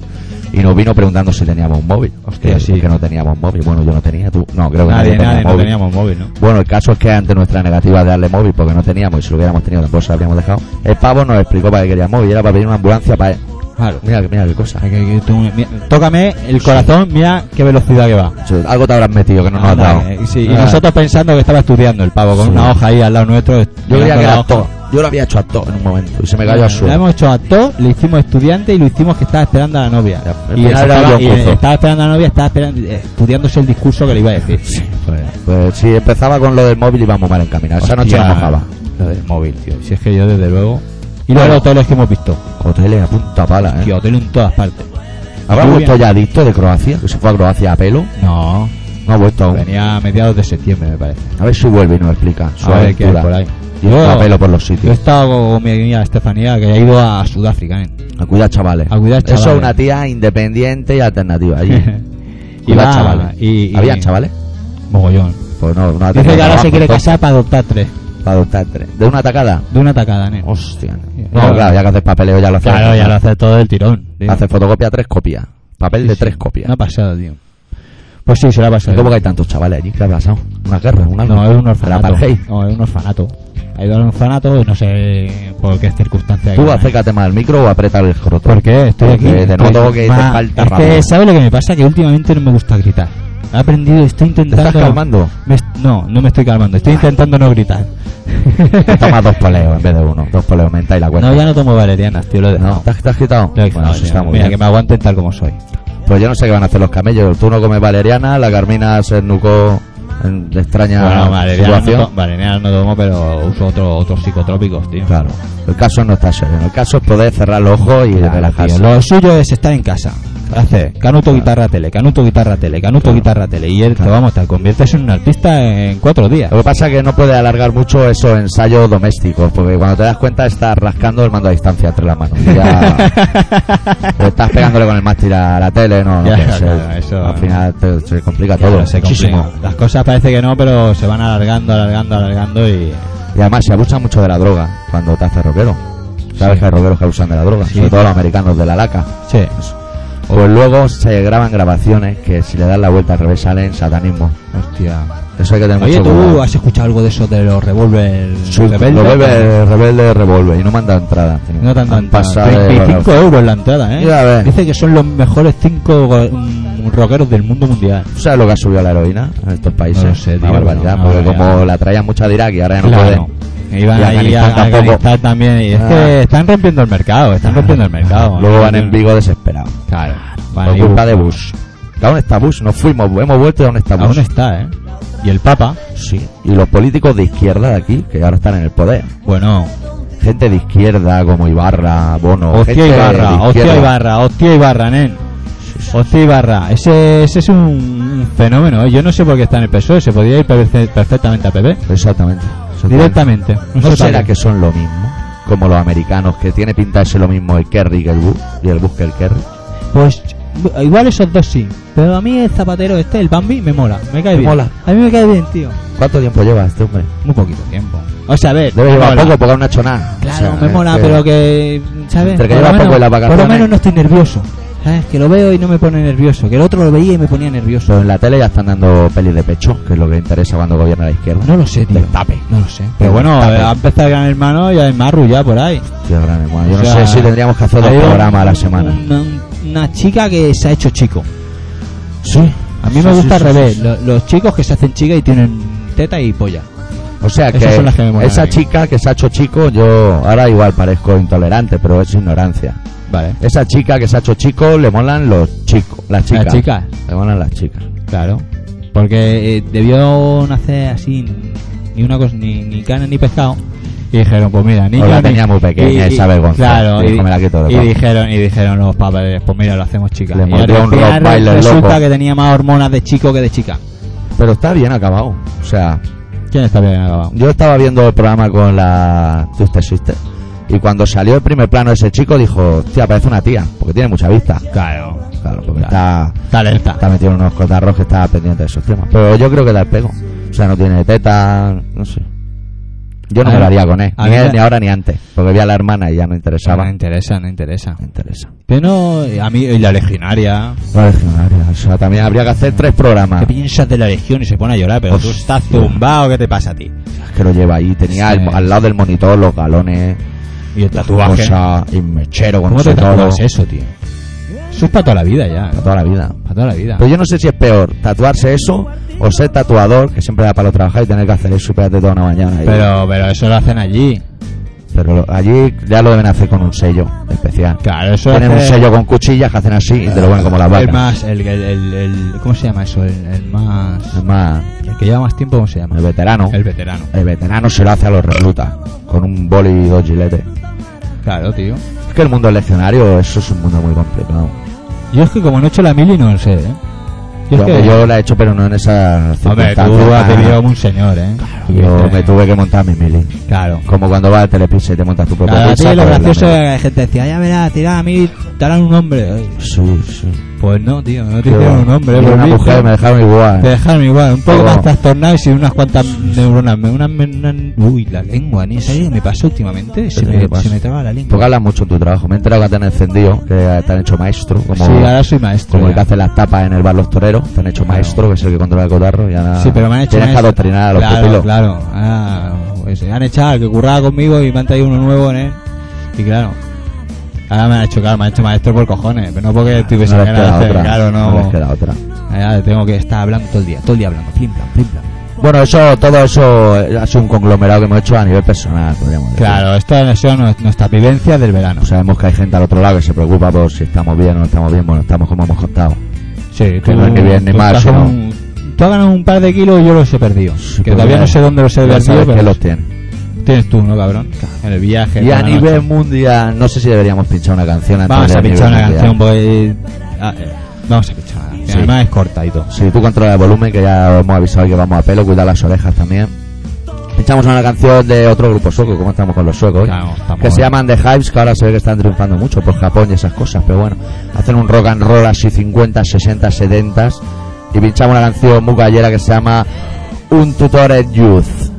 Speaker 1: Y nos vino preguntando si teníamos un móvil.
Speaker 2: Hostia,
Speaker 1: que,
Speaker 2: sí.
Speaker 1: que no teníamos móvil. Bueno, yo no tenía, tú. No, creo que
Speaker 2: Nadie,
Speaker 1: nadie tenía
Speaker 2: nadie, no
Speaker 1: móvil.
Speaker 2: teníamos móvil, ¿no?
Speaker 1: Bueno, el caso es que ante nuestra negativa de darle móvil, porque no teníamos, y si lo hubiéramos tenido tampoco se lo habríamos dejado, el pavo nos explicó para qué quería móvil, era para pedir una ambulancia para él.
Speaker 2: Claro.
Speaker 1: Mira, mira qué cosa.
Speaker 2: tócame el corazón, mira qué velocidad que va.
Speaker 1: Sí, Algo te habrás metido que no nos has dado.
Speaker 2: Anda, eh, sí, y
Speaker 1: Ah,
Speaker 2: nosotros pensando que estaba estudiando el pavo con
Speaker 1: Sí.
Speaker 2: una hoja ahí al lado nuestro.
Speaker 1: Yo creía que era
Speaker 2: la
Speaker 1: actor. Yo lo había hecho actor en un momento y se me cayó al
Speaker 2: Le
Speaker 1: suelo.
Speaker 2: hemos hecho actor, le hicimos estudiante y lo hicimos que estaba esperando a la novia.
Speaker 1: Ya, al
Speaker 2: y
Speaker 1: final
Speaker 2: eso
Speaker 1: era
Speaker 2: estaba,
Speaker 1: John
Speaker 2: y,
Speaker 1: Cuzo.
Speaker 2: eh, estaba esperando a la novia, estaba esperando, eh, estudiándose el discurso que le iba a decir.
Speaker 1: Pues, pues si empezaba con lo del móvil íbamos mal encaminados. Esa noche
Speaker 2: Hostia,
Speaker 1: nos mojaba.
Speaker 2: Lo del móvil, tío. Si es que yo, desde luego. Y los hoteles que hemos visto.
Speaker 1: Hoteles a punta pala, ¿eh?
Speaker 2: Tío, hoteles en todas partes.
Speaker 1: ¿Habrá
Speaker 2: Lluvia.
Speaker 1: vuelto ya adicto de Croacia?
Speaker 2: Pues
Speaker 1: Que se fue a Croacia a pelo.
Speaker 2: No,
Speaker 1: No ha vuelto aún.
Speaker 2: venía a mediados de septiembre, me parece.
Speaker 1: A ver si vuelve y nos explica su
Speaker 2: A ver qué hay
Speaker 1: aventura.
Speaker 2: por ahí.
Speaker 1: Y está a
Speaker 2: Yo-
Speaker 1: pelo por los
Speaker 2: Yo he
Speaker 1: sitios.
Speaker 2: estado con mi amiga Estefanía, que ha ido a Sudáfrica, ¿eh?
Speaker 1: A cuidar chavales.
Speaker 2: A cuidar
Speaker 1: Eso es
Speaker 2: chavales.
Speaker 1: una tía independiente y alternativa. Allí.
Speaker 2: y
Speaker 1: Iba
Speaker 2: va-
Speaker 1: chavales.
Speaker 2: Y, y-
Speaker 1: ¿Habían chavales?
Speaker 2: Mogollón.
Speaker 1: Pues no, no ha
Speaker 2: Dice
Speaker 1: tenido
Speaker 2: que ahora
Speaker 1: trabajo,
Speaker 2: se quiere
Speaker 1: entonces,
Speaker 2: casar para adoptar tres.
Speaker 1: Para adoptar tres. ¿De una atacada?
Speaker 2: De una tacada, ¿eh?
Speaker 1: Hostia. No,
Speaker 2: Claro.
Speaker 1: claro, ya que haces papeleo ya lo haces.
Speaker 2: Claro, ya lo hace todo el tirón. tío.
Speaker 1: Haces fotocopia, tres copias. Papel
Speaker 2: Sí,
Speaker 1: de
Speaker 2: sí.
Speaker 1: tres copias.
Speaker 2: Una pasada, tío. Pues sí, se la ha pasado.
Speaker 1: ¿Cómo que hay tantos chavales allí? ¿Qué ha pasado? ¿Una guerra? ¿Una
Speaker 2: No, es un
Speaker 1: ¿La
Speaker 2: orfanato.
Speaker 1: apartheid?
Speaker 2: No, es un orfanato. ha ido al orfanato, no sé por qué circunstancia.
Speaker 1: Tú
Speaker 2: que-
Speaker 1: acércate más al micro o aprieta el escroto.
Speaker 2: ¿Por qué? Estoy aquí.
Speaker 1: Porque de
Speaker 2: Pues,
Speaker 1: nuevo que te
Speaker 2: ma,
Speaker 1: falta
Speaker 2: Es
Speaker 1: rabia.
Speaker 2: que, ¿sabes lo que me pasa? Que últimamente no me gusta gritar. He aprendido, estoy
Speaker 1: ¿Te
Speaker 2: intentando.
Speaker 1: estás calmando?
Speaker 2: Me est- no, no me estoy calmando, estoy intentando no gritar.
Speaker 1: Tomas dos poleos en vez de uno. Dos poleos menta y la cuenta.
Speaker 2: No, ya no tomo valerianas, tío, lo he dejado.
Speaker 1: ¿No? ¿Te has, te has quitado?
Speaker 2: Lo he
Speaker 1: Bueno,
Speaker 2: dejado,
Speaker 1: eso
Speaker 2: tío.
Speaker 1: está muy
Speaker 2: Mira,
Speaker 1: bien.
Speaker 2: que me aguanten tal como soy.
Speaker 1: Pues yo no sé qué van a hacer los camellos. Tú no comes valeriana, la Carmina se nucó en extraña
Speaker 2: bueno, valerianas
Speaker 1: situación.
Speaker 2: no, to- valerianas no tomo, pero uso otro- otros psicotrópicos, tío.
Speaker 1: Claro. El caso no está serio. El caso es poder cerrar los ojos y
Speaker 2: Claro,
Speaker 1: relajarse.
Speaker 2: tío, Lo suyo es estar en casa. Hace canuto guitarra tele, canuto guitarra tele, canuto guitarra tele. Y él, te,
Speaker 1: Claro.
Speaker 2: vamos, te conviertes en un artista en cuatro días.
Speaker 1: Lo que pasa es que no puede alargar mucho esos ensayos domésticos, porque cuando te das cuenta estás rascando el mando a distancia entre las manos. Ya o estás pegándole con el mástil a la tele, no, no
Speaker 2: Ya,
Speaker 1: puede ser.
Speaker 2: claro, eso-
Speaker 1: Al final te- se complica
Speaker 2: Claro,
Speaker 1: todo,
Speaker 2: se
Speaker 1: muchísimo.
Speaker 2: complica. Las cosas parece que no, pero se van alargando, alargando, alargando y...
Speaker 1: Y además se abusa mucho de la droga cuando te haces rockero. Sabes
Speaker 2: Sí.
Speaker 1: que hay rockeros que abusan de la droga,
Speaker 2: Sí.
Speaker 1: sobre todo los americanos de la laca.
Speaker 2: Sí.
Speaker 1: Pues luego se graban grabaciones que si le das la vuelta al revés salen satanismo.
Speaker 2: Hostia.
Speaker 1: Eso hay que tener
Speaker 2: Oye,
Speaker 1: mucho
Speaker 2: ¿tú
Speaker 1: cuidado.
Speaker 2: has escuchado algo de eso de los revólver
Speaker 1: Sí,
Speaker 2: rebeldes?
Speaker 1: lo bebe rebelde revuelve y no manda entrada.
Speaker 2: No tan
Speaker 1: Han
Speaker 2: tan
Speaker 1: pasado de-
Speaker 2: 25 euros la entrada, ¿eh?
Speaker 1: Ya ves.
Speaker 2: Dice que son los mejores 5 rockeros del mundo mundial.
Speaker 1: ¿Tú ¿Sabes lo que ha subido la heroína en estos países?
Speaker 2: No lo sé,
Speaker 1: Una
Speaker 2: tío,
Speaker 1: barbaridad,
Speaker 2: no,
Speaker 1: porque
Speaker 2: no,
Speaker 1: como
Speaker 2: ya.
Speaker 1: la traían mucha de Irak y ahora ya no pueden.
Speaker 2: Iban
Speaker 1: Y
Speaker 2: ahí a
Speaker 1: Afganistán
Speaker 2: a
Speaker 1: tampoco.
Speaker 2: Afganistán también. Y es
Speaker 1: Ah.
Speaker 2: que están rompiendo el mercado, están rompiendo el mercado.
Speaker 1: Luego van en Vigo desesperados.
Speaker 2: Claro. Van
Speaker 1: Por
Speaker 2: ahí
Speaker 1: culpa
Speaker 2: bu-
Speaker 1: de Bush. ¿Que ¿Aún está Bush? Nos fuimos, hemos vuelto y aún está
Speaker 2: Aún
Speaker 1: Bush.
Speaker 2: está, ¿eh? Y el Papa,
Speaker 1: Sí. Y los políticos de izquierda de aquí, que ahora están en el poder.
Speaker 2: bueno,
Speaker 1: Gente de izquierda como Ibarra, Bono.
Speaker 2: Hostia
Speaker 1: gente
Speaker 2: Ibarra,
Speaker 1: de
Speaker 2: hostia
Speaker 1: izquierda.
Speaker 2: Ibarra, hostia Ibarra, nen. Hostia Ibarra, ese, ese es un fenómeno. ¿eh? Yo no sé por qué está en el PSOE, se podía ir perfe- perfectamente a PP.
Speaker 1: Exactamente. exactamente.
Speaker 2: Directamente. un
Speaker 1: ¿No
Speaker 2: sótano.
Speaker 1: será que son lo mismo? Como los americanos, que tiene pinta de ser lo mismo el Kerry que el Bush, y el Bush que el Kerry.
Speaker 2: Pues igual esos dos sí. Pero a mí el zapatero este, el Bambi, me mola. Me cae
Speaker 1: Te
Speaker 2: bien.
Speaker 1: mola.
Speaker 2: A mí me cae bien, tío.
Speaker 1: ¿Cuánto tiempo lleva este hombre?
Speaker 2: Muy poquito tiempo. O sea, a ver.
Speaker 1: Debe
Speaker 2: me
Speaker 1: llevar
Speaker 2: mola.
Speaker 1: poco porque aún no ha hecho nada.
Speaker 2: Claro,
Speaker 1: O sea, eh,
Speaker 2: me mola,
Speaker 1: que-
Speaker 2: pero que. ¿Sabes?
Speaker 1: Entre que
Speaker 2: Por lo
Speaker 1: lleva poco
Speaker 2: menos-
Speaker 1: y las
Speaker 2: Por
Speaker 1: vacaciones.
Speaker 2: lo menos no estoy nervioso. ¿Sabes? Que lo veo y no me pone nervioso. Que el otro lo veía y me ponía nervioso.
Speaker 1: Pero en la tele ya están dando pelis de pecho, que es lo que interesa cuando gobierna la izquierda.
Speaker 2: No lo sé, tío.
Speaker 1: Destape.
Speaker 2: No lo sé.
Speaker 1: Pero
Speaker 2: Pero bueno,
Speaker 1: destape.
Speaker 2: eh, ha empezado el gran hermano y el Marru ya por ahí.
Speaker 1: Tío, gran hermano, Yo
Speaker 2: O
Speaker 1: no
Speaker 2: sea,
Speaker 1: sé si tendríamos que hacer dos
Speaker 2: hay un-
Speaker 1: programas a la semana.
Speaker 2: Una, una chica que se ha hecho chico.
Speaker 1: Sí.
Speaker 2: A
Speaker 1: Sí,
Speaker 2: mí me
Speaker 1: sí,
Speaker 2: gusta
Speaker 1: sí,
Speaker 2: al revés.
Speaker 1: sí, sí.
Speaker 2: lo- Los chicos que se hacen chica y tienen teta y polla.
Speaker 1: O sea
Speaker 2: Esas
Speaker 1: que,
Speaker 2: son las que me molan a
Speaker 1: esa
Speaker 2: mí.
Speaker 1: chica que se ha hecho chico, yo ahora igual parezco intolerante, pero es ignorancia.
Speaker 2: Vale.
Speaker 1: Esa chica que se ha hecho chico, le molan los chicos. Las chicas.
Speaker 2: Las chicas,
Speaker 1: Le molan las chicas.
Speaker 2: claro. Porque eh, debió nacer así, ni una cosa, ni, ni carne ni pescado. Y dijeron, pues mira, ni
Speaker 1: Pues la
Speaker 2: carne-
Speaker 1: tenía muy pequeña, esa vergüenza.
Speaker 2: Claro,
Speaker 1: Y dijo, "Me la quito de
Speaker 2: y
Speaker 1: pronto".
Speaker 2: dijeron, y dijeron los padres, pues mira, lo hacemos chica.
Speaker 1: Le
Speaker 2: Y
Speaker 1: mordió
Speaker 2: al
Speaker 1: un
Speaker 2: final
Speaker 1: Rottweiler
Speaker 2: Resulta
Speaker 1: loco.
Speaker 2: que tenía más hormonas de chico que de chica.
Speaker 1: Pero está bien acabado. O sea,
Speaker 2: ¿Quién está bien acabado?
Speaker 1: Yo estaba viendo el programa con la Twister Sister y cuando salió el primer plano ese chico dijo, hostia, parece una tía, porque tiene mucha vista.
Speaker 2: Claro.
Speaker 1: Claro, porque está,
Speaker 2: Está alerta.
Speaker 1: está metido en unos cotarros que está pendiente de esos temas. Pero yo creo que da el pego. O sea, no tiene teta, no sé. Yo no
Speaker 2: A
Speaker 1: me
Speaker 2: ver,
Speaker 1: lo haría con él,
Speaker 2: a
Speaker 1: ni,
Speaker 2: ver,
Speaker 1: él, ni ahora ni antes, porque vi a la hermana y ya no interesaba.
Speaker 2: No interesa, no interesa.
Speaker 1: Me interesa.
Speaker 2: Pero no, a mí, y la legionaria.
Speaker 1: No es legionaria, o sea, también habría que hacer tres programas.
Speaker 2: ¿Qué piensas de la legión? Y se pone a llorar, pero tú
Speaker 1: Hostia.
Speaker 2: estás zumbado, ¿qué te pasa a ti?
Speaker 1: Es que lo lleva ahí, tenía
Speaker 2: Sí.
Speaker 1: el- al lado del monitor los galones,
Speaker 2: Y
Speaker 1: Pues
Speaker 2: el tatuaje.
Speaker 1: cosa, y mechero con
Speaker 2: ¿Cómo te
Speaker 1: su toro,
Speaker 2: tatuas eso, tío? Eso es para toda la vida ya.
Speaker 1: para toda la vida.
Speaker 2: Para toda la vida.
Speaker 1: Pero yo no sé si es peor tatuarse eso o ser tatuador, que siempre da para trabajar y tener que hacer eso espérate toda una mañana. Y-
Speaker 2: Pero, pero eso lo hacen allí.
Speaker 1: pero lo- allí ya lo deben hacer con un sello especial.
Speaker 2: Claro, eso
Speaker 1: Tienen un
Speaker 2: hace-
Speaker 1: sello con cuchillas que hacen así y te lo ponen como las
Speaker 2: El
Speaker 1: vacas.
Speaker 2: más, el, el, el, el- ¿Cómo se llama eso? El, el más.
Speaker 1: Es más,
Speaker 2: El que lleva más tiempo, ¿cómo se llama?
Speaker 1: el veterano.
Speaker 2: El veterano.
Speaker 1: El veterano se lo hace a los reclutas con un boli y dos giletes.
Speaker 2: Claro, tío.
Speaker 1: Es que el mundo legionario, eso es un mundo muy complicado.
Speaker 2: Yo es que como no he hecho la mili, no sé, ¿eh? Yo
Speaker 1: Yo,
Speaker 2: es que.
Speaker 1: yo la he hecho, pero no en esa
Speaker 2: Hombre,
Speaker 1: circunstancia.
Speaker 2: tú has
Speaker 1: Ah,
Speaker 2: vivido como un señor, ¿eh?
Speaker 1: yo me tuve que montar mi mili.
Speaker 2: Claro.
Speaker 1: Como cuando vas al telepizza y te montas tu propia
Speaker 2: Claro,
Speaker 1: pizza,
Speaker 2: tío, lo
Speaker 1: pues, la
Speaker 2: gracioso
Speaker 1: mili.
Speaker 2: era que la gente decía, ya verás, tirada a mí inventarán un hombre. Ay,
Speaker 1: Sí, sí.
Speaker 2: Pues no, tío, no te
Speaker 1: Yo-
Speaker 2: hicieron un hombre.
Speaker 1: yo
Speaker 2: por
Speaker 1: una
Speaker 2: mí,
Speaker 1: mujer
Speaker 2: tío.
Speaker 1: me dejaron igual.
Speaker 2: Te dejaron igual, un poco
Speaker 1: Ah. Pero-
Speaker 2: más trastornado y sin unas cuantas neuronas. Me- Unas, me- unas- uy, la lengua, ni sabía que me pasó últimamente. Se
Speaker 1: ¿Qué
Speaker 2: me,
Speaker 1: te pasa?
Speaker 2: se me traba la lengua.
Speaker 1: Porque hablas mucho en tu trabajo. Me he enterado que te han encendido, que te han hecho maestro. Como,
Speaker 2: sí, ahora soy maestro.
Speaker 1: como el
Speaker 2: ya.
Speaker 1: que hace las tapas en el bar Los Toreros. Te han hecho
Speaker 2: Claro.
Speaker 1: maestro, que es el que controla el cotarro. Y ahora
Speaker 2: Sí, pero me han hecho
Speaker 1: Tienes que
Speaker 2: maestro.
Speaker 1: adoctrinar a los
Speaker 2: claro,
Speaker 1: pupilos.
Speaker 2: Claro, Ah, pues, me han echado al que curraba conmigo y me han traído uno nuevo en él. Y claro, ahora me han hecho, claro, me han hecho maestro por cojones, pero no porque estoy
Speaker 1: Ah, No les queda otra.
Speaker 2: claro, no.
Speaker 1: les queda otra.
Speaker 2: Ahora tengo que estar hablando todo el día, todo el día hablando, plim, plam, plim, plam.
Speaker 1: Bueno, eso, todo eso eh, ha sido un conglomerado que hemos hecho a nivel personal, podríamos decir.
Speaker 2: Claro, esto han sido nu- nuestras vivencias del verano.
Speaker 1: Pues Sabemos que hay gente al otro lado que se preocupa por si estamos bien o no estamos bien. Bueno, estamos como hemos contado.
Speaker 2: Sí,
Speaker 1: que no es ni bien ni
Speaker 2: tú
Speaker 1: mal,
Speaker 2: estás
Speaker 1: sino-
Speaker 2: con Pues un- tú has ganado un par de kilos y yo los he perdido. que
Speaker 1: pero
Speaker 2: todavía
Speaker 1: ya-
Speaker 2: no sé dónde los he
Speaker 1: Ya
Speaker 2: perdido,
Speaker 1: sabes
Speaker 2: pero
Speaker 1: que los tienen.
Speaker 2: tienes tú, ¿no, cabrón? En el viaje.
Speaker 1: Y
Speaker 2: toda
Speaker 1: a
Speaker 2: la noche.
Speaker 1: nivel mundial, no sé si deberíamos pinchar una canción antes
Speaker 2: Vamos
Speaker 1: de
Speaker 2: a pinchar
Speaker 1: nivel
Speaker 2: una canción,
Speaker 1: mundial.
Speaker 2: porque. ah, eh, Vamos a pinchar una canción.
Speaker 1: Sí.
Speaker 2: Además es corta y todo.
Speaker 1: Si tú controlas el volumen, que ya os hemos avisado que vamos a pelo, cuidar las orejas también. Pinchamos una canción de otro grupo sueco, como estamos con los suecos, hoy?
Speaker 2: Claro, estamos-
Speaker 1: que se llaman The Hives, que ahora se ve que están triunfando mucho por Japón y esas cosas, pero bueno, hacen un rock and roll así 50, 60, 70 y pinchamos una canción muy gallera que se llama Un Tutored Youth.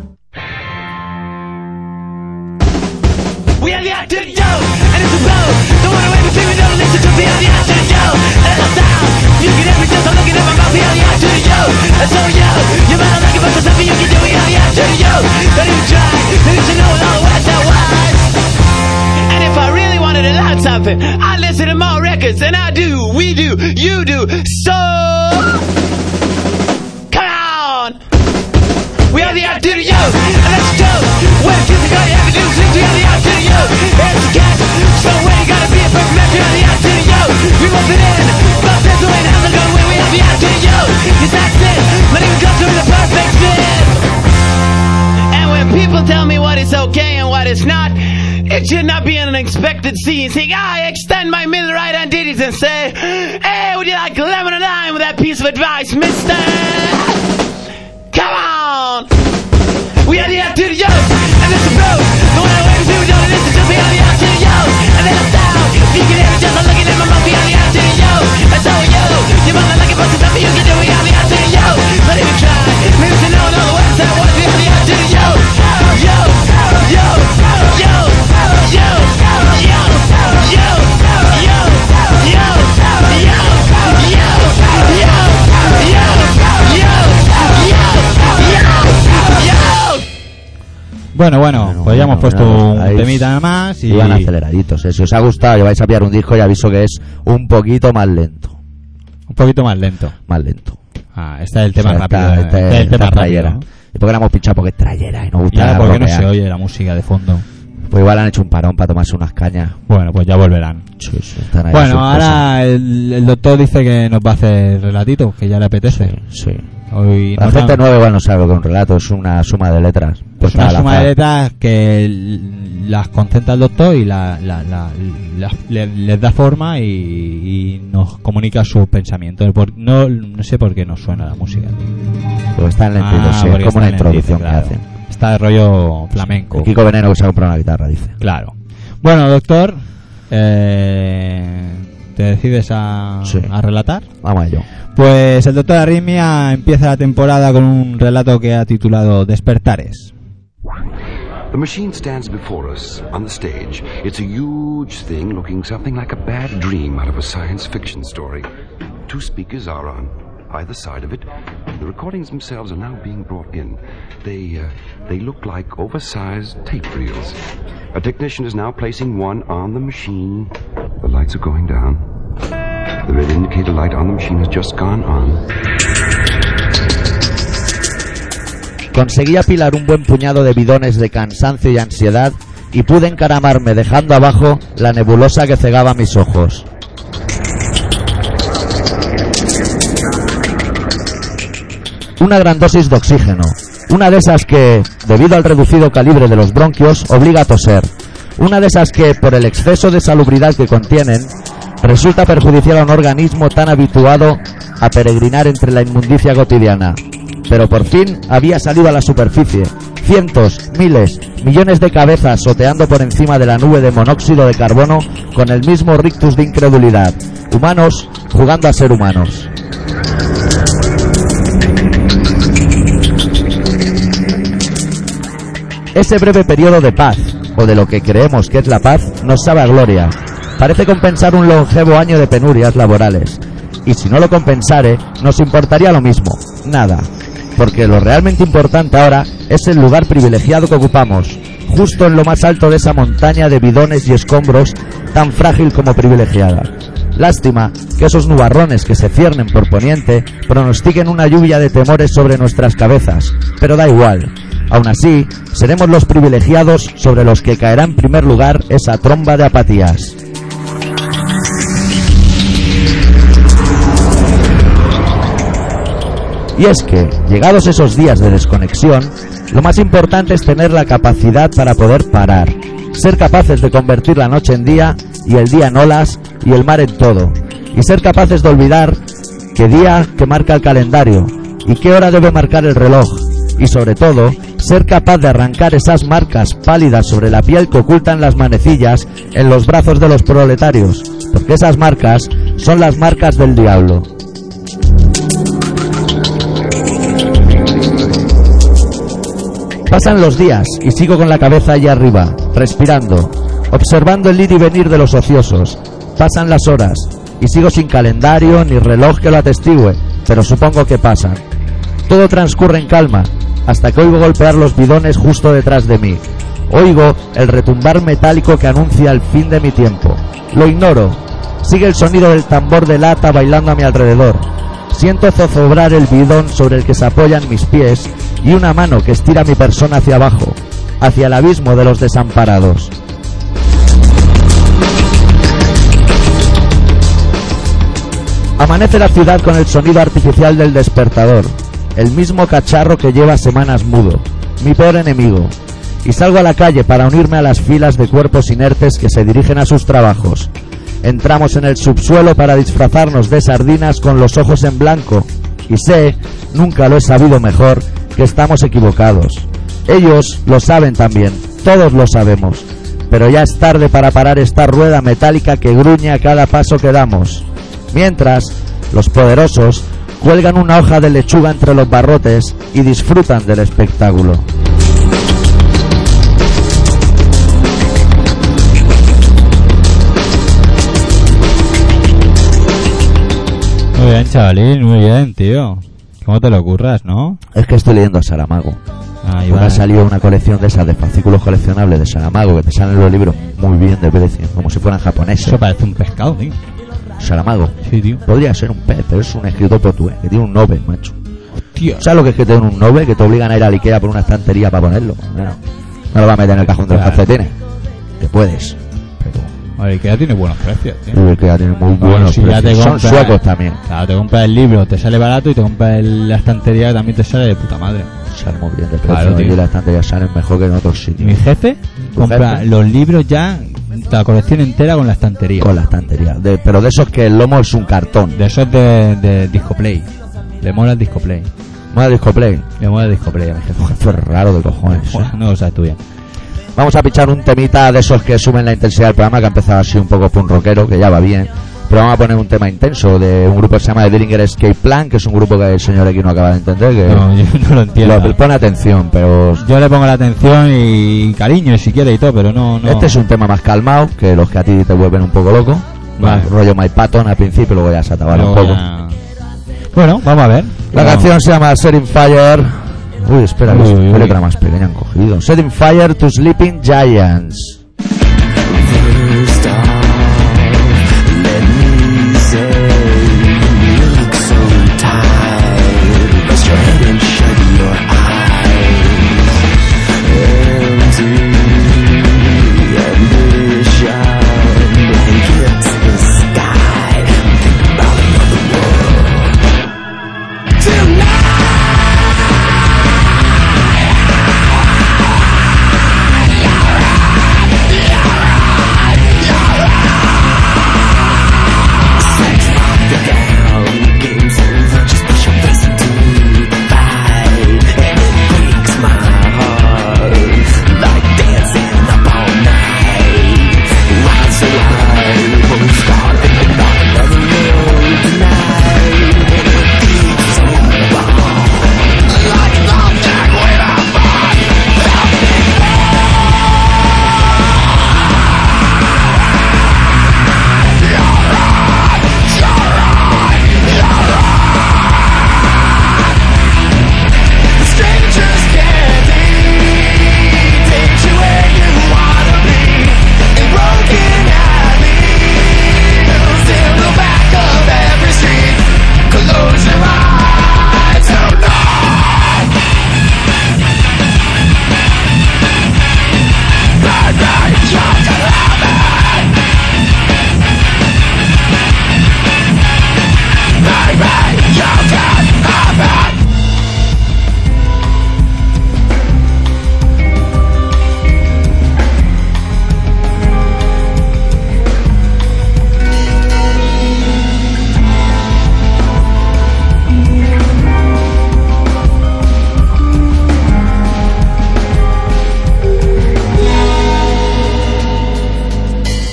Speaker 3: We are the active yo, and it's a blow. Don't wanna wait between we don't listen to the other active yo. And the sound, you can hear me just I'm looking at my mouth. We are the active yo, and so yo, you better like it, but there's nothing you can do. We are the active yo. Don't even try, need to know all the words that wise. And if I really wanted to learn something, I'd listen to more records than I do, we do, you do. So, come on. We are the out to the yo, and let's go. When it feels like all you ever do is live, we are the out to the yo. It's a catch, so we ain't gotta be a perfect match. We are the out to the yo. We won't fit in, but there's a way to handle going. We are the out to the yo. Yes, that's it. Not even close to the perfect fit. And when people tell me what is okay and what is not, it should not be an expected scene. Saying, I extend my middle right hand ditties and say, Hey, would you like lemon and lime with that piece of advice, mister? Come on! We are the attitude yo, and it's a bro. The one I wait to we don't listen to. We are the attitude yo, and then it's down. You can hear it just by looking at my mouth. We are the attitude yo, and so are you. You might not like it, but there's nothing you can do. We are the attitude yo. Not even try. Maybe to know all the words that was. We are the attitude yo, yo, yo, yo, yo, yo, yo, yo, yo, yo, yo, yo, yo, yo, yo, yo, yo, yo.
Speaker 2: Bueno, bueno,
Speaker 1: Bueno,
Speaker 2: pues ya hemos
Speaker 1: bueno,
Speaker 2: puesto
Speaker 1: bueno,
Speaker 2: un
Speaker 1: ahí
Speaker 2: temita nada más y.
Speaker 1: Iban aceleraditos. eh. Si os ha gustado y vais a pillar un disco, ya aviso que es un poquito más lento.
Speaker 2: Un poquito más lento.
Speaker 1: Más lento.
Speaker 2: Ah, este es el tema
Speaker 1: O sea,
Speaker 2: rápido.
Speaker 1: esta-
Speaker 2: eh.
Speaker 1: esta-
Speaker 2: Este es el
Speaker 1: esta
Speaker 2: tema rápido.
Speaker 1: trayera.
Speaker 2: ¿no?
Speaker 1: ¿Y por qué la hemos pinchado? Porque es trayera y nos
Speaker 2: Y
Speaker 1: gusta
Speaker 2: ahora, ¿por qué no
Speaker 1: rockear.
Speaker 2: se oye la música de fondo?
Speaker 1: Pues igual han hecho un parón para tomarse unas cañas.
Speaker 2: Bueno, pues ya volverán.
Speaker 1: Sí, sí, están ahí sus
Speaker 2: Bueno,
Speaker 1: cosas.
Speaker 2: ahora el, el doctor dice que nos va a hacer relatitos, que ya le apetece.
Speaker 1: Sí.
Speaker 2: Hoy
Speaker 1: La
Speaker 2: nos
Speaker 1: gente
Speaker 2: han-
Speaker 1: nueva igual no pues sabe lo que es un relato, es una suma de letras.
Speaker 2: es
Speaker 1: puesta
Speaker 2: una
Speaker 1: al
Speaker 2: suma
Speaker 1: azar.
Speaker 2: de letras que l- las concentra el doctor y la, la- la- la- le- les da forma y, y nos comunica sus pensamientos. Por- no, no sé por qué nos suena la música.
Speaker 1: Pues están lentitos,
Speaker 2: Ah,
Speaker 1: sí, es
Speaker 2: porque
Speaker 1: como una
Speaker 2: está lentito,
Speaker 1: introducción que
Speaker 2: claro.
Speaker 1: hacen.
Speaker 2: Está de rollo flamenco.
Speaker 1: El Kiko Veneno que se ha comprado una guitarra, dice.
Speaker 2: Claro. Bueno, doctor, eh, ¿te decides a-
Speaker 1: Sí.
Speaker 2: a relatar?
Speaker 1: Vamos a ello.
Speaker 2: Pues el doctor Arritmia empieza la temporada con un relato que ha titulado Despertares.
Speaker 4: The machine stands before us on the stage. It's a huge thing looking something like a bad dream out of a science fiction story. Two speakers are on either side of it. The recordings themselves are now being brought in. They uh, they look like oversized tape reels. A technician is now placing one on the machine. The lights are going down. The red indicator light on the machine has just gone on.
Speaker 1: Conseguí apilar un buen puñado de bidones de cansancio y ansiedad y pude encaramarme dejando abajo la nebulosa que cegaba mis ojos. Una gran dosis de oxígeno, una de esas que, debido al reducido calibre de los bronquios, obliga a toser, una de esas que, por el exceso de salubridad que contienen, resulta perjudicial a un organismo tan habituado a peregrinar entre la inmundicia cotidiana. Pero por fin había salido a la superficie, cientos, miles, millones de cabezas soteando por encima de la nube de monóxido de carbono con el mismo rictus de incredulidad. Humanos jugando a ser humanos. Ese breve periodo de paz, o de lo que creemos que es la paz, nos sabe a gloria. Parece compensar un longevo año de penurias laborales. Y si no lo compensare, nos importaría lo mismo, nada. Porque lo realmente importante ahora es el lugar privilegiado que ocupamos, justo en lo más alto de esa montaña de bidones y escombros, tan frágil como privilegiada. Lástima que esos nubarrones que se ciernen por poniente pronostiquen una lluvia de temores sobre nuestras cabezas, pero da igual. Aún así, seremos los privilegiados sobre los que caerá en primer lugar esa tromba de apatías. Y es que, llegados esos días de desconexión, lo más importante es tener la capacidad para poder parar, ser capaces de convertir la noche en día y el día en olas y el mar en todo, y ser capaces de olvidar qué día que marca el calendario y qué hora debe marcar el reloj, y sobre todo, ser capaz de arrancar esas marcas pálidas sobre la piel que ocultan las manecillas en los brazos de los proletarios, porque esas marcas son las marcas del diablo. Pasan los días y sigo con la cabeza allá arriba, respirando, observando el ir y venir de los ociosos. Pasan las horas y sigo sin calendario ni reloj que lo atestigüe, pero supongo que pasan. Todo transcurre en calma, hasta que oigo golpear los bidones justo detrás de mí. Oigo el retumbar metálico que anuncia el fin de mi tiempo. Lo ignoro. Sigue el sonido del tambor de lata bailando a mi alrededor. Siento zozobrar el bidón sobre el que se apoyan mis pies y una mano que estira mi persona hacia abajo, hacia el abismo de los desamparados. Amanece la ciudad con el sonido artificial del despertador, el mismo cacharro que lleva semanas mudo, mi peor enemigo, y salgo a la calle para unirme a las filas de cuerpos inertes que se dirigen a sus trabajos. Entramos en el subsuelo para disfrazarnos de sardinas con los ojos en blanco, y sé, nunca lo he sabido mejor, que estamos equivocados. Ellos lo saben también, todos lo sabemos, pero ya es tarde para parar esta rueda metálica que gruñe a cada paso que damos. Mientras, los poderosos cuelgan una hoja de lechuga entre los barrotes y disfrutan del espectáculo.
Speaker 2: Muy bien, chavalín, muy bien, tío. ¿Cómo te lo curras, no? Ah,
Speaker 1: Es que estoy leyendo a Saramago.
Speaker 2: Ahí eh.
Speaker 1: Ahora ha salido una colección de esas de fascículos coleccionables de Saramago que te salen los libros muy bien de precio, como si fueran japoneses.
Speaker 2: Eso parece un pescado, tío.
Speaker 1: Saramago.
Speaker 2: Sí, tío.
Speaker 1: Podría ser un pez, pero es un escritor portugués que tiene un Nobel, macho.
Speaker 2: Tío.
Speaker 1: ¿Sabes lo que es que tiene un Nobel que te obligan a ir a la Ikea por una estantería para ponerlo? No, no lo vas a meter en el cajón de los
Speaker 2: Claro.
Speaker 1: calcetines. Te puedes.
Speaker 2: A ver, que ya tiene buenos precios, tío.
Speaker 1: Y el que ya tiene muy
Speaker 2: Bueno,
Speaker 1: buenos
Speaker 2: si ya
Speaker 1: precios.
Speaker 2: te
Speaker 1: Son
Speaker 2: compras-
Speaker 1: suecos también.
Speaker 2: Claro, te compras el libro, te sale barato y te compras el- la estantería que también te sale de puta madre.
Speaker 1: Salen muy bien de precio
Speaker 2: Claro, tío.
Speaker 1: y las estanterías salen mejor que en otros
Speaker 2: Mi
Speaker 1: sitios.
Speaker 2: jefe compra
Speaker 1: jefe?
Speaker 2: los libros ya, la colección entera con la estantería.
Speaker 1: Con la estantería. De- pero de esos que el lomo es un cartón.
Speaker 2: De esos de, de Discoplay. Le mola el Discoplay.
Speaker 1: Madre discoplay.
Speaker 2: Le mola el Discoplay a mi jefe.
Speaker 1: Esto es raro de cojones. ¿eh?
Speaker 2: Joder, No lo sabes tú bien.
Speaker 1: Vamos a pichar un temita de esos que suben la intensidad del programa, que ha empezado así un poco punk rockero, que ya va bien. Pero vamos a poner un tema intenso de un grupo que se llama The Dillinger Escape Plan, que es un grupo que el señor aquí no acaba de entender, que
Speaker 2: No, yo no lo entiendo.
Speaker 1: lo- pone atención, pero
Speaker 2: Yo le pongo la atención y cariño si quiere y todo, pero no, no.
Speaker 1: este es un tema más calmado que los que a ti te vuelven un poco loco.
Speaker 2: Vale.
Speaker 1: Más rollo My Patton al principio, luego ya se atabaron
Speaker 2: Luego
Speaker 1: un poco.
Speaker 2: ya- Bueno, vamos a ver.
Speaker 1: La
Speaker 2: Vamos.
Speaker 1: canción se llama Setting Fire. Uy, espera,
Speaker 2: Uy,
Speaker 1: que es
Speaker 2: uy,
Speaker 1: qué
Speaker 2: uy.
Speaker 1: letra más pequeña han cogido. Setting Fire to Sleeping Giants.
Speaker 5: First off, let me say you look so tired. Rest your head and shut your eyes. Empty ambition blankets the sky. Think about another world tonight. Alright,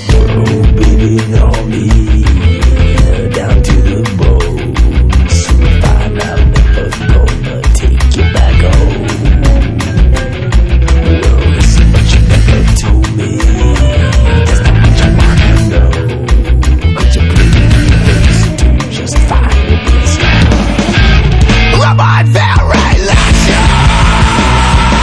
Speaker 5: in all ear, down to the bones. Find out never gonna take you back home. Well, it's what you never told me. That's not what you wanna know. Could you please do just find a place now? Come on, very let's go.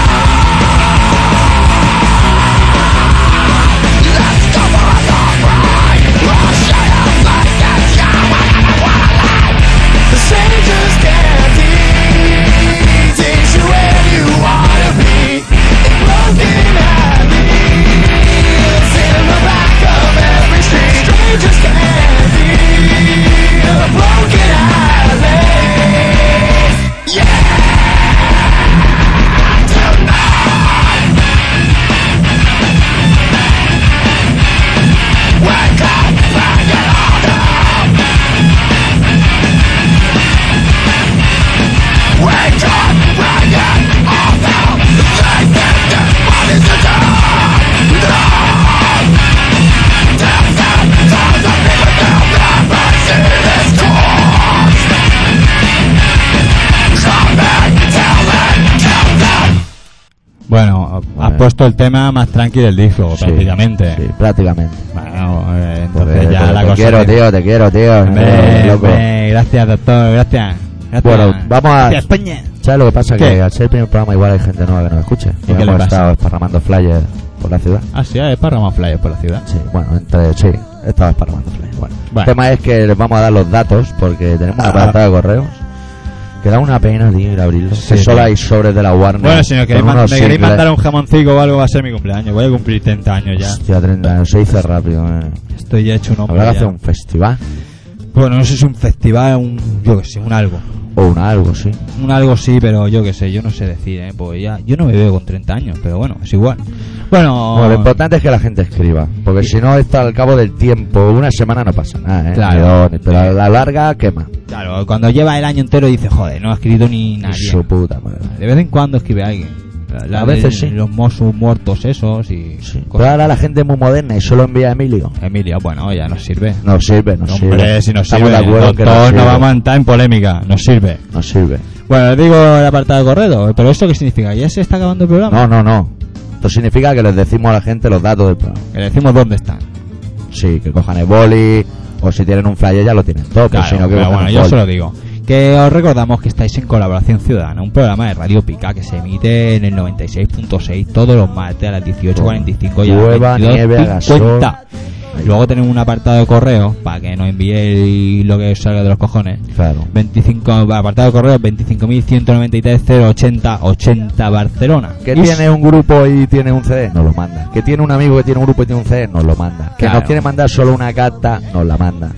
Speaker 2: Bueno, has
Speaker 1: Bueno.
Speaker 2: puesto el tema más tranqui del disco,
Speaker 1: Sí,
Speaker 2: Pues prácticamente.
Speaker 1: Sí, prácticamente.
Speaker 2: Bueno, eh,
Speaker 1: Porque-
Speaker 2: entonces ya
Speaker 1: porque
Speaker 2: la
Speaker 1: te
Speaker 2: cosa.
Speaker 1: quiero, tío, te quiero, tío.
Speaker 2: Hombre,
Speaker 1: Eh, loco.
Speaker 2: hombre, gracias, doctor, gracias. gracias.
Speaker 1: Bueno, vamos a-
Speaker 2: Gracias, España.
Speaker 1: ¿Sabes lo que pasa?
Speaker 2: ¿Qué?
Speaker 1: Que al ser el primer programa igual hay gente nueva que nos escuche.
Speaker 2: qué le
Speaker 1: hemos
Speaker 2: pasa?
Speaker 1: estado esparramando flyers por la ciudad.
Speaker 2: Ah, sí, es para Ramón Flyers por la ciudad.
Speaker 1: Sí, bueno, entre sí, he estado esparramando flyers. Bueno,
Speaker 2: Vale.
Speaker 1: el tema es que les vamos a dar los datos porque tenemos una
Speaker 2: Ah.
Speaker 1: plataforma de correos. Que da una pena, tío, ir a abrirlo.
Speaker 2: Sí,
Speaker 1: que solo
Speaker 2: tío.
Speaker 1: hay sobres de la Warner.
Speaker 2: Bueno, señor, ¿queréis
Speaker 1: con
Speaker 2: man-
Speaker 1: unos
Speaker 2: ¿me queréis
Speaker 1: singles.
Speaker 2: mandar un jamoncito o algo? Va a ser mi cumpleaños. Voy a cumplir 30 años ya.
Speaker 1: Hostia, 30 años, se dice rápido. eh.
Speaker 2: Estoy ya hecho un hombre.
Speaker 1: Habrá que
Speaker 2: ya.
Speaker 1: hacer un festival
Speaker 2: Bueno, no sé si es un festival, un. Yo qué sé, un algo.
Speaker 1: o un algo, sí.
Speaker 2: Un algo sí, pero yo qué sé, yo no sé decir, ¿eh? Pues ya. Yo no me veo con 30 años, pero bueno, es igual. Bueno.
Speaker 1: Bueno, lo importante es que la gente escriba, porque si no, está al cabo del tiempo, una semana no pasa nada, ¿eh?
Speaker 2: Claro.
Speaker 1: Ni dos, ni- pero a la larga quema.
Speaker 2: Claro, cuando lleva el año entero dices, joder, no ha escrito ni nadie.
Speaker 1: Su puta madre.
Speaker 2: De vez en cuando escribe alguien. La
Speaker 1: A
Speaker 2: de
Speaker 1: veces sí.
Speaker 2: Los Mossos muertos esos y.
Speaker 1: Pero
Speaker 2: cosas.
Speaker 1: ahora la gente es muy moderna y solo envía a Emilio.
Speaker 2: Emilio, bueno, ya nos sirve.
Speaker 1: No sirve, no
Speaker 2: Hombre,
Speaker 1: sirve.
Speaker 2: si nos
Speaker 1: Estamos
Speaker 2: sirve,
Speaker 1: de acuerdo en que no
Speaker 2: todos
Speaker 1: sirve.
Speaker 2: nos vamos a entrar en polémica, nos sirve.
Speaker 1: No sirve.
Speaker 2: Bueno, digo el apartado de correo, pero ¿esto qué significa? ¿Ya se está acabando el
Speaker 1: No,
Speaker 2: programa?
Speaker 1: no, no. Esto significa que les decimos a la gente los datos del programa.
Speaker 2: Que le decimos dónde están.
Speaker 1: Sí, que cojan el boli, o si tienen un flyer ya lo tienen todo, pero
Speaker 2: Claro,
Speaker 1: si no que
Speaker 2: pero
Speaker 1: cojan
Speaker 2: bueno,
Speaker 1: un
Speaker 2: yo
Speaker 1: boli.
Speaker 2: se lo digo. Que os recordamos que estáis en Colaboración Ciudadana, un programa de Radio Pica que se emite en el 96.6 todos los martes a las 18.45 y
Speaker 1: Llueva,
Speaker 2: a las
Speaker 1: nieve,
Speaker 2: 22.50.
Speaker 1: Ahí.
Speaker 2: Luego tenemos un apartado de correo para que nos envíe lo que os salga de los cojones.
Speaker 1: Claro.
Speaker 2: 25, apartado de correo 25.193.080.80 Barcelona.
Speaker 1: Que
Speaker 2: Y-
Speaker 1: tiene un grupo y tiene un CD, nos lo manda. Que tiene un amigo que tiene un grupo y tiene un CD, nos lo manda. Que
Speaker 2: Claro.
Speaker 1: nos quiere mandar solo una carta, nos la manda.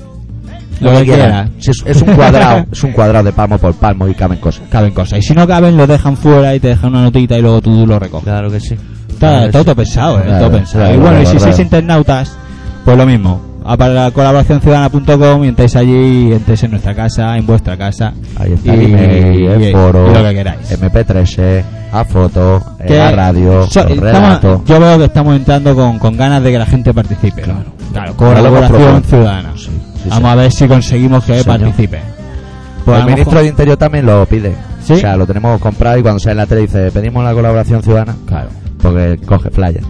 Speaker 2: Lo que quiera.
Speaker 1: Si es, es un cuadrado, es un cuadrado de palmo por palmo y caben cosas.
Speaker 2: Caben cosas. Y si no caben, lo dejan fuera y te dejan una notita y luego tú lo recoges.
Speaker 1: Claro que sí.
Speaker 2: Está todo, pensado, ¿eh?
Speaker 1: Claro,
Speaker 2: todo pensado.
Speaker 1: claro,
Speaker 2: y bueno, y si
Speaker 1: claro,
Speaker 2: sois
Speaker 1: claro.
Speaker 2: internautas, pues lo mismo. A para colaboracionciudadana.com y entráis allí, y entréis en nuestra casa, en vuestra casa.
Speaker 1: Ahí está
Speaker 2: Y-
Speaker 1: el email,
Speaker 2: y-
Speaker 1: el
Speaker 2: y-
Speaker 1: foro,
Speaker 2: y lo que queráis.
Speaker 1: MP3, eh, a foto, eh,
Speaker 2: que
Speaker 1: a radio,
Speaker 2: so-
Speaker 1: los
Speaker 2: estamos-
Speaker 1: relatos.
Speaker 2: yo veo que estamos entrando con, con ganas de que la gente participe. Claro,
Speaker 1: Diálogo
Speaker 2: colaboración
Speaker 1: profundo.
Speaker 2: ciudadana.
Speaker 1: Sí, sí,
Speaker 2: Vamos a ver si conseguimos que
Speaker 1: Sí, señor.
Speaker 2: participe. Pues a
Speaker 1: el
Speaker 2: lo
Speaker 1: ministro
Speaker 2: mejor-
Speaker 1: de Interior también lo pide.
Speaker 2: ¿Sí?
Speaker 1: O sea, lo tenemos comprado y cuando sale en la tele dice, pedimos la colaboración ciudadana.
Speaker 2: Claro.
Speaker 1: Porque coge playa.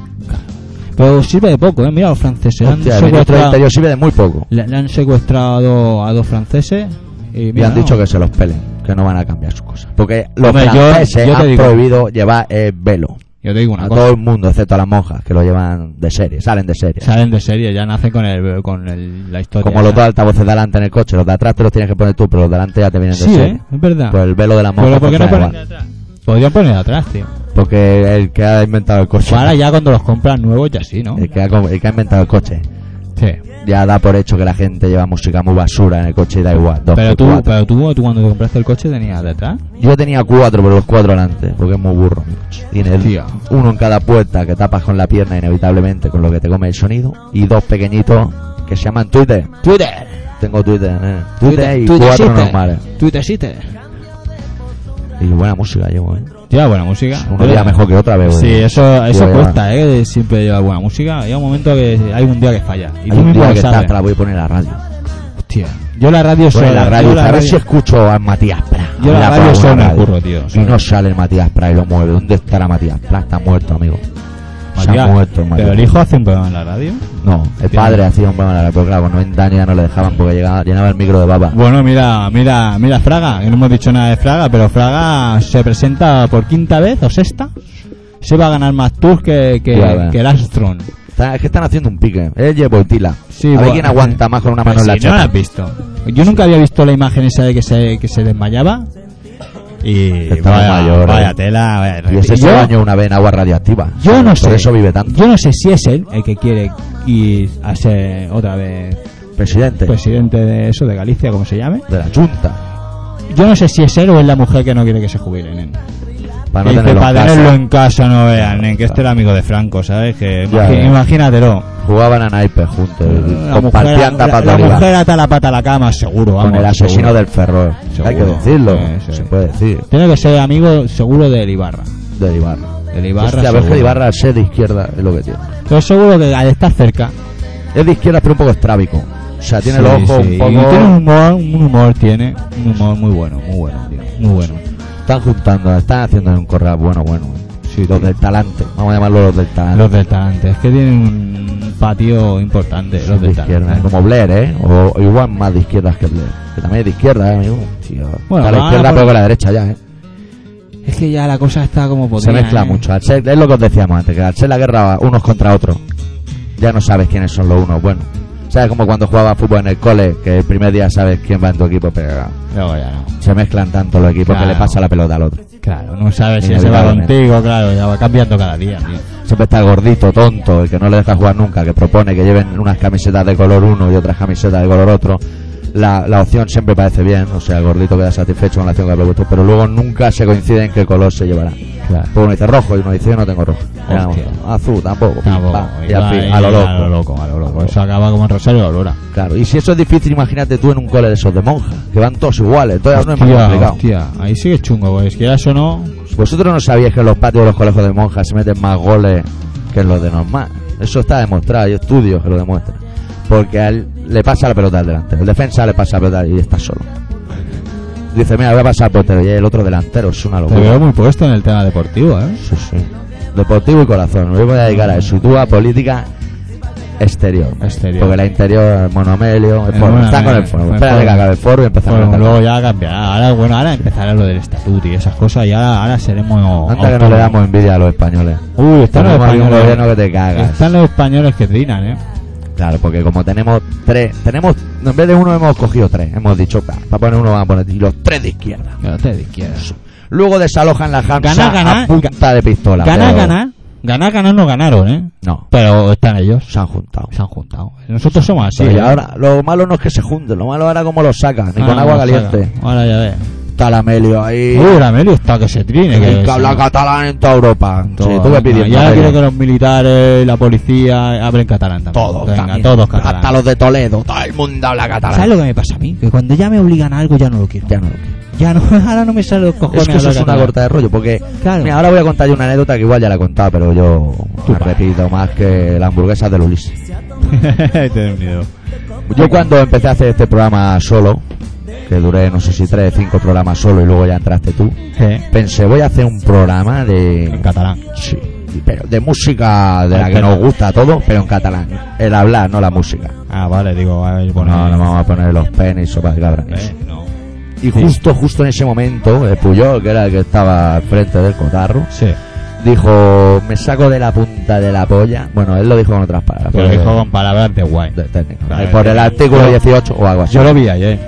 Speaker 2: Pero sirve de poco, ¿eh? Mira, los franceses han
Speaker 1: Hostia, el ministro de
Speaker 2: secuestrado-
Speaker 1: Interior sirve de muy poco.
Speaker 2: le, le han secuestrado a dos franceses y,
Speaker 1: Y
Speaker 2: mira,
Speaker 1: han
Speaker 2: no.
Speaker 1: dicho que se los pelen, que no van a cambiar sus cosas. Porque los
Speaker 2: Hombre, yo-
Speaker 1: franceses
Speaker 2: yo te
Speaker 1: han
Speaker 2: digo-
Speaker 1: prohibido llevar eh, velo.
Speaker 2: Yo te digo una
Speaker 1: a
Speaker 2: cosa.
Speaker 1: todo el mundo, excepto a las monjas, que lo llevan de serie, salen de serie.
Speaker 2: Salen de serie, ya nacen con, el, con el- la historia.
Speaker 1: Como los dos
Speaker 2: ¿sabes?
Speaker 1: altavoces de adelante en el coche, los de atrás te los tienes que poner tú, pero los de adelante ya te vienen de
Speaker 2: Sí,
Speaker 1: serie.
Speaker 2: ¿eh? Es verdad.
Speaker 1: Pues el velo de las
Speaker 2: Pero
Speaker 1: monjas
Speaker 2: ¿por qué no
Speaker 1: funciona
Speaker 2: ponen
Speaker 1: igual.
Speaker 2: Podrían poner atrás, tío.
Speaker 1: Porque el que ha inventado el coche,
Speaker 2: Ahora ya cuando los compran nuevos ya sí, ¿no?
Speaker 1: el, que ha, com- el que ha inventado el coche,
Speaker 2: Sí.
Speaker 1: ya da por hecho que la gente lleva música muy basura en el coche y da igual. dos
Speaker 2: Pero
Speaker 1: por
Speaker 2: tú,
Speaker 1: cuatro.
Speaker 2: pero tú, tú cuando te compraste el coche tenías detrás.
Speaker 1: Yo tenía cuatro, pero los cuatro delante, porque es muy burro mi coche. Tiene el-
Speaker 2: Tío.
Speaker 1: uno en cada puerta que tapas con la pierna inevitablemente con lo que te come el sonido y dos pequeñitos que se llaman Twitter.
Speaker 2: Twitter.
Speaker 1: eh. Tengo Twitter, nene. Twitter, y cuatro normales.
Speaker 2: Twitter, Twitter.
Speaker 1: Y buena música llevo, ¿eh?
Speaker 2: Lleva buena música.
Speaker 1: Uno día mejor que otra, veo. eh.
Speaker 2: Sí, eso, eso
Speaker 1: Lleva-
Speaker 2: cuesta, ¿eh? Siempre llevar buena música. Hay un momento que hay un día que falla. Y
Speaker 1: Hay
Speaker 2: tú
Speaker 1: un
Speaker 2: mismo
Speaker 1: día
Speaker 2: lo
Speaker 1: que está,
Speaker 2: sabes.
Speaker 1: te la voy a poner a la radio.
Speaker 2: Hostia. Yo la radio
Speaker 1: Pone
Speaker 2: sola.
Speaker 1: la radio,
Speaker 2: yo
Speaker 1: a
Speaker 2: la
Speaker 1: ver
Speaker 2: radio-
Speaker 1: si escucho a Matías Prat.
Speaker 2: Yo la
Speaker 1: Habla
Speaker 2: radio
Speaker 1: por
Speaker 2: solo me
Speaker 1: radio.
Speaker 2: curro, tío,
Speaker 1: Y
Speaker 2: solo.
Speaker 1: no sale el Matías Prat y lo mueve. ¿Dónde estará Matías Prat? Está muerto, amigo. Se ha
Speaker 2: Matías,
Speaker 1: muerto, el
Speaker 2: Pero
Speaker 1: Matías.
Speaker 2: el hijo hace un programa en la radio.
Speaker 1: No, el padre hacía un programa de la radio, pero claro, con 90 años ya no le dejaban porque llegaba, llenaba el micro de papa.
Speaker 2: Bueno, mira, mira, mira Fraga, que no hemos dicho nada de Fraga, pero Fraga se presenta por quinta vez o sexta. Se va a ganar más tours que, que,
Speaker 1: Ya ves.
Speaker 2: que el Astron.
Speaker 1: Está- es que están haciendo un pique. Es Jebo y Tila.
Speaker 2: Sí,
Speaker 1: a ver
Speaker 2: bueno.
Speaker 1: quién aguanta más con una
Speaker 2: Pues
Speaker 1: mano en la
Speaker 2: si no
Speaker 1: chapa.
Speaker 2: la has visto. Yo nunca había visto la imagen esa de que se, que se desmayaba. Y
Speaker 1: Está muy
Speaker 2: vaya,
Speaker 1: mayor,
Speaker 2: vaya
Speaker 1: eh.
Speaker 2: tela. vaya-
Speaker 1: Y ese se
Speaker 2: yo,
Speaker 1: bañó una vez en agua radioactiva.
Speaker 2: yo no sé.
Speaker 1: Por eso vive tanto.
Speaker 2: Yo no sé si es él el que quiere ir a ser otra vez
Speaker 1: Presidente
Speaker 2: presidente de eso, de Galicia, como se llame.
Speaker 1: de la Junta.
Speaker 2: Yo no sé si es él o es la mujer que no quiere que se jubile, nen.
Speaker 1: Para
Speaker 2: Que
Speaker 1: no
Speaker 2: dice,
Speaker 1: tenerlo en
Speaker 2: para
Speaker 1: casa.
Speaker 2: tenerlo en casa no vean, nen, que este era amigo de Franco, ¿sabes? Que imagi-
Speaker 1: ves.
Speaker 2: imagínatelo.
Speaker 1: Jugaban a naipes juntos. y
Speaker 2: La mujer,
Speaker 1: compartían
Speaker 2: la,
Speaker 1: tapas de
Speaker 2: la
Speaker 1: oliva.
Speaker 2: mujer ata la pata a la cama, seguro, vamos.
Speaker 1: con el asesino
Speaker 2: seguro.
Speaker 1: del ferrol.
Speaker 2: Seguro.
Speaker 1: Hay que decirlo.
Speaker 2: Sí, sí.
Speaker 1: Se puede decir.
Speaker 2: Tiene que ser amigo seguro de Ibarra.
Speaker 1: De Ibarra.
Speaker 2: El Ibarra
Speaker 1: Hostia, pero es que
Speaker 2: seguro.
Speaker 1: el Ibarra es de izquierda, es lo que tiene.
Speaker 2: Pero seguro que al estar cerca.
Speaker 1: Es de izquierda, pero un poco estrábico. O sea, tiene
Speaker 2: Sí,
Speaker 1: el ojo
Speaker 2: sí.
Speaker 1: un
Speaker 2: Y
Speaker 1: poco.
Speaker 2: Tiene un humor, un humor tiene. Un humor muy bueno, muy bueno, tío. Muy bueno.
Speaker 1: Están juntando, están haciendo un corral bueno, bueno.
Speaker 2: Sí,
Speaker 1: los
Speaker 2: tío.
Speaker 1: del talante. Vamos a llamarlo los del talante.
Speaker 2: Los del talante. Es que tienen un patio importante, los
Speaker 1: de
Speaker 2: del
Speaker 1: izquierda,
Speaker 2: talante.
Speaker 1: como Blair, ¿eh? O, o igual más de izquierdas que Blair. Que también es de izquierda, ¿eh, amigo? Tío,
Speaker 2: Bueno,
Speaker 1: a la
Speaker 2: van a
Speaker 1: izquierda,
Speaker 2: por-
Speaker 1: pero con la derecha ya, ¿eh?
Speaker 2: Es que ya la cosa está como
Speaker 1: Se
Speaker 2: podría,
Speaker 1: mezcla
Speaker 2: ¿eh?
Speaker 1: mucho. Al ser- es lo que os decíamos antes, que al ser la guerra va unos contra otros, ya no sabes quiénes son los unos buenos. ¿Sabes? Como cuando jugaba fútbol en el cole, que el primer día sabes quién va en tu equipo, pero
Speaker 2: Luego ya no.
Speaker 1: se mezclan tanto los equipos
Speaker 2: Claro.
Speaker 1: que le pasa la pelota al otro.
Speaker 2: Claro, no sabes si se va
Speaker 1: Inevitablemente.
Speaker 2: contigo, claro, ya va cambiando cada día, tío.
Speaker 1: Siempre está el gordito, tonto, el que no le deja jugar nunca, que propone que lleven unas camisetas de color uno y otras camisetas de color otro. La, la opción siempre parece bien, o sea, el gordito queda satisfecho con la opción que ha propuesto, pero luego nunca se coincide en qué color se llevará.
Speaker 2: Claro.
Speaker 1: Pues uno dice rojo y uno dice yo no tengo rojo. Ya,
Speaker 2: Hostia.
Speaker 1: azul tampoco. pim,
Speaker 2: Tampoco,
Speaker 1: pam, y
Speaker 2: iba
Speaker 1: al fin,
Speaker 2: ahí
Speaker 1: a lo
Speaker 2: A lo
Speaker 1: loco.
Speaker 2: loco, a lo loco. Eso acaba como en Rosario de Aurora.
Speaker 1: Claro, y si eso es difícil, imagínate tú en un cole de esos de monjas, que van todos iguales, todavía no es más
Speaker 2: Hostia,
Speaker 1: complicado.
Speaker 2: hostia, ahí sí que es chungo, porque es que eso no.
Speaker 1: Vosotros no sabíais que en los patios de los colegios de monjas se meten más goles que en los de normal. Eso está demostrado, hay estudios que lo demuestran. Porque a él le pasa la pelota al delantero, el defensa le pasa la pelota y está solo. Dice, mira, voy a pasar al portero y el otro delantero, es una
Speaker 2: Te
Speaker 1: locura.
Speaker 2: veo muy puesto en el tema deportivo, ¿eh?
Speaker 1: Sí, sí. Deportivo y corazón. Me voy a dedicar a eso. Y tú a política exterior.
Speaker 2: Exterior.
Speaker 1: Porque la interior es monomelio. El
Speaker 2: El
Speaker 1: foro. Está con
Speaker 2: monomelio,
Speaker 1: el foro.
Speaker 2: el
Speaker 1: Espérate
Speaker 2: foro.
Speaker 1: que acabe el foro y empezamos
Speaker 2: Bueno,
Speaker 1: a
Speaker 2: luego ya cambiará. Ahora, bueno, ahora empezará lo del estatuto y esas cosas, y ahora, ahora seremos.
Speaker 1: Antes que no le damos envidia a los españoles.
Speaker 2: Uy, están los
Speaker 1: Tenemos ahí un gobierno
Speaker 2: españoles.
Speaker 1: que te cagas.
Speaker 2: Están los españoles que trinan, ¿eh?
Speaker 1: Claro, porque como tenemos tres, tenemos, en vez de uno hemos cogido tres, hemos dicho, "Va, para poner uno vamos a poner, y los tres de izquierda.
Speaker 2: Pero te de izquierda.
Speaker 1: Luego desalojan la Hamsa
Speaker 2: Ganar, ganar,
Speaker 1: a punta de pistola.
Speaker 2: Ganar,
Speaker 1: pero-
Speaker 2: ganar. Ganar, ganar no ganaron, ¿eh?
Speaker 1: No,
Speaker 2: Pero están ellos.
Speaker 1: se han juntado.
Speaker 2: Se han juntado. Nosotros somos así.
Speaker 1: Sí,
Speaker 2: ¿eh?
Speaker 1: ahora, lo malo no es que se junten, lo malo ahora como lo sacan, ni
Speaker 2: Ah,
Speaker 1: con agua
Speaker 2: no,
Speaker 1: caliente.
Speaker 2: saca. Ahora ya ves.
Speaker 1: Está la Melio ahí.
Speaker 2: Uy, el Amelio está que se trine.
Speaker 1: Hay
Speaker 2: Que
Speaker 1: que hablar catalán en toda Europa.
Speaker 2: Todo,
Speaker 1: sí, tuve pidiendo.
Speaker 2: Y ahora
Speaker 1: Amelio.
Speaker 2: quiero que los militares, la policía, hablen catalán también.
Speaker 1: Todos,
Speaker 2: Venga,
Speaker 1: también.
Speaker 2: todos
Speaker 1: Hasta
Speaker 2: catalán.
Speaker 1: los de Toledo, todo el mundo habla catalán.
Speaker 2: ¿Sabes lo que me pasa a mí? Que cuando ya me obligan a algo ya no lo quiero.
Speaker 1: Ya no lo quiero.
Speaker 2: Ya no, ahora no me salen los cojones.
Speaker 1: Es que eso
Speaker 2: hablar
Speaker 1: es una
Speaker 2: catalán.
Speaker 1: corta de rollo, porque
Speaker 2: Claro.
Speaker 1: mira, ahora voy a contar yo una anécdota que igual ya la he contado, pero yo
Speaker 2: Tú
Speaker 1: la
Speaker 2: para.
Speaker 1: repito más que la hamburguesa del Ulises.
Speaker 2: Te he unido.
Speaker 1: Yo cuando empecé a hacer este programa solo, que duré no sé si tres, cinco programas solo y luego ya entraste tú,
Speaker 2: ¿Eh?
Speaker 1: pensé voy a hacer un programa
Speaker 2: En
Speaker 1: de
Speaker 2: catalán.
Speaker 1: sí, pero de música de la que nos gusta a todos, pero en catalán, el hablar, no la música.
Speaker 2: Ah, vale, digo, a ver, bueno.
Speaker 1: No, no vamos a poner los penis o para
Speaker 2: eh, no.
Speaker 1: Y justo, justo en ese momento, el Puyol, que era el que estaba al frente del cotarro,
Speaker 2: Sí,
Speaker 1: Dijo, me saco de la punta de la polla. Bueno, él lo dijo con otras palabras.
Speaker 2: pero
Speaker 1: porque-
Speaker 2: dijo con palabras de guay.
Speaker 1: de técnico.
Speaker 2: Vale.
Speaker 1: Eh, por el artículo 18 o algo así.
Speaker 2: Yo lo vi ayer.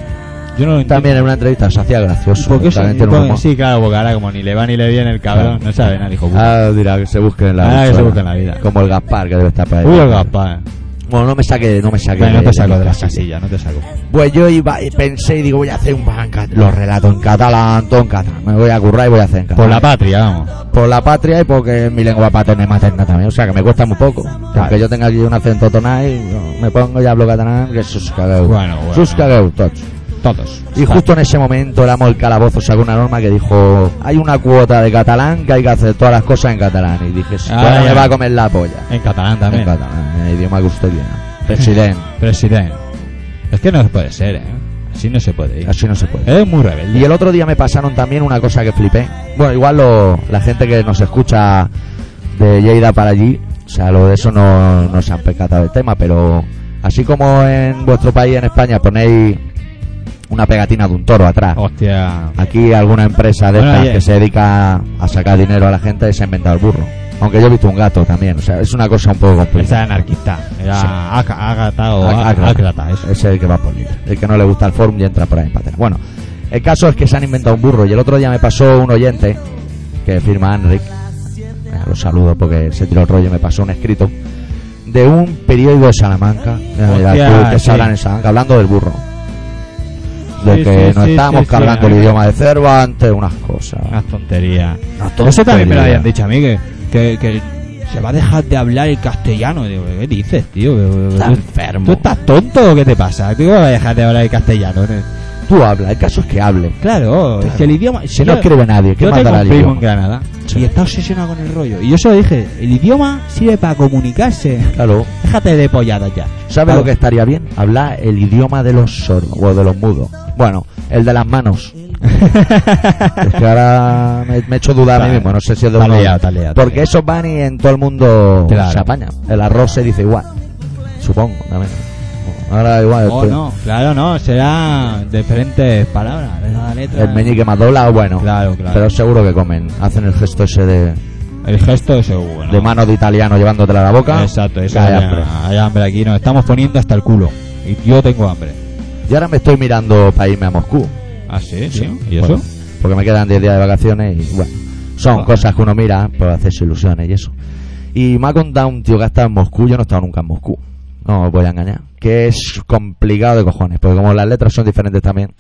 Speaker 2: Yo no lo entiendo.
Speaker 1: También en una entrevista se hacía gracioso.
Speaker 2: ¿Por qué
Speaker 1: esta
Speaker 2: se-
Speaker 1: gente no
Speaker 2: porque-
Speaker 1: humor.
Speaker 2: sí, claro, porque ahora como ni le va ni le viene el cabrón,
Speaker 1: Claro.
Speaker 2: no sabe nada, hijo puta.
Speaker 1: Ah, dirá que se busque en la
Speaker 2: Ahora que
Speaker 1: bichuela.
Speaker 2: se busque en la vida.
Speaker 1: Como el Gaspar, que debe estar para ahí.
Speaker 2: Uy, el Gaspar.
Speaker 1: Bueno, no me saque, no me saque.
Speaker 2: Bueno, no
Speaker 1: de-
Speaker 2: te saco
Speaker 1: mi
Speaker 2: de las
Speaker 1: casilla.
Speaker 2: casillas, no te saco.
Speaker 1: Pues yo iba, y pensé y digo, voy a hacer un programa en catalán. Los relatos en catalán, todo en catalán. Me voy a currar y voy a hacer en catalán.
Speaker 2: Por la patria, vamos.
Speaker 1: por la patria y porque es mi lengua paterna y materna también. O sea, que me cuesta muy poco. Aunque yo tenga aquí un acento tonal, no, me pongo y hablo catalán, que sus cagueu.
Speaker 2: Bueno, bueno.
Speaker 1: Sus cagueu, tots.
Speaker 2: Todos.
Speaker 1: Y justo en ese momento el amo del calabozo sacó una norma que dijo, hay una cuota de catalán que hay que hacer todas las cosas en catalán. Y dije, si
Speaker 2: Ah,
Speaker 1: ahora me
Speaker 2: ya.
Speaker 1: va a comer la polla.
Speaker 2: En catalán
Speaker 1: En
Speaker 2: también.
Speaker 1: catalán, en el idioma que usted quiera. Presidente,
Speaker 2: Presidente. Es que no puede ser, ¿eh? Así no se puede ir.
Speaker 1: así no se puede.
Speaker 2: Eres muy rebelde.
Speaker 1: Y el otro día me pasaron también una cosa que flipé. Bueno, igual lo- la gente que nos escucha de Lleida para allí, o sea, lo de eso no, no se han percatado del tema, pero así como en vuestro país, en España, ponéis una pegatina de un toro atrás.
Speaker 2: Hostia.
Speaker 1: Aquí alguna empresa de
Speaker 2: Bueno,
Speaker 1: estas
Speaker 2: oye.
Speaker 1: que se dedica a sacar dinero a la gente se ha inventado el burro. Aunque yo he visto un gato también, o sea, es una cosa un poco
Speaker 2: Esa
Speaker 1: complicada.
Speaker 2: es anarquista. Era
Speaker 1: Pues Sí.
Speaker 2: Aca- Ágata o
Speaker 1: Ac-
Speaker 2: Aca-
Speaker 1: Acrata.
Speaker 2: Ácrata, eso.
Speaker 1: Ese es el que va por libre. El que no le gusta el forum y entra por ahí en patera. Bueno, el caso es que se han inventado un burro y el otro día me pasó un oyente que firma Enric. Mira, Lo saludo porque se tiró el rollo y me pasó un escrito de un periódico de Salamanca. Mira, mira,
Speaker 2: Hostia,
Speaker 1: tú, que se
Speaker 2: sí.
Speaker 1: hablan en Salamanca, hablando del burro. De
Speaker 2: Sí,
Speaker 1: que
Speaker 2: sí,
Speaker 1: no
Speaker 2: sí,
Speaker 1: estamos
Speaker 2: sí, sí.
Speaker 1: hablando el idioma de Cervantes, unas cosas.
Speaker 2: Unas tonterías.
Speaker 1: Unas
Speaker 2: Eso también me
Speaker 1: tonterías.
Speaker 2: lo habían dicho a mí, que, que, que se va a dejar de hablar el castellano. Digo, ¿qué dices, tío?
Speaker 1: Está
Speaker 2: ¿Tú-
Speaker 1: enfermo.
Speaker 2: ¿Tú estás tonto o qué te pasa? ¿Tú vas a dejar de hablar el castellano? ¿no?
Speaker 1: Tú habla, el caso es que hable.
Speaker 2: Claro, es que el idioma...
Speaker 1: Si no
Speaker 2: yo-
Speaker 1: escribe nadie, ¿qué
Speaker 2: Yo
Speaker 1: más
Speaker 2: tengo
Speaker 1: dará
Speaker 2: un
Speaker 1: el
Speaker 2: primo en
Speaker 1: idioma?
Speaker 2: Granada
Speaker 1: Sí.
Speaker 2: y está obsesionado con el rollo. Y yo se lo dije, el idioma sirve para comunicarse.
Speaker 1: Claro.
Speaker 2: Déjate de polladas ya.
Speaker 1: ¿Sabes
Speaker 2: Claro.
Speaker 1: lo que estaría bien? Hablar el idioma de los sordos o de los mudos. Bueno, el de las manos. Es que ahora me, me he hecho dudar a mí
Speaker 2: Vale.
Speaker 1: mismo. No sé si es de
Speaker 2: Está
Speaker 1: uno-
Speaker 2: liado, está liado, está
Speaker 1: Porque
Speaker 2: liado.
Speaker 1: esos van y en todo el mundo
Speaker 2: Claro.
Speaker 1: se apañan. El arroz se dice igual. Supongo, también. Ahora igual.
Speaker 2: Oh,
Speaker 1: estoy-
Speaker 2: no, claro, no, será diferentes palabras. Cada letra.
Speaker 1: El meñique más doblado, bueno.
Speaker 2: Claro, claro.
Speaker 1: Pero seguro que comen. Hacen el gesto ese de,
Speaker 2: El gesto es seguro. ¿no?
Speaker 1: de mano de italiano llevándotela a la boca.
Speaker 2: Ah. Exacto, eso.
Speaker 1: Que hay
Speaker 2: hay
Speaker 1: hambre.
Speaker 2: hambre. Hay hambre aquí, nos estamos poniendo hasta el culo. Y yo tengo hambre.
Speaker 1: Y ahora me estoy mirando para irme a Moscú.
Speaker 2: Ah, sí, sí. ¿Y
Speaker 1: Bueno,
Speaker 2: eso?
Speaker 1: porque me quedan 10 días de vacaciones y bueno, son
Speaker 2: Joder.
Speaker 1: cosas que uno mira para hacerse ilusiones y eso. Y me ha contado un tío que ha estado en Moscú, yo no he estado nunca en Moscú, no os voy a engañar, que es complicado de cojones, porque como las letras son diferentes también,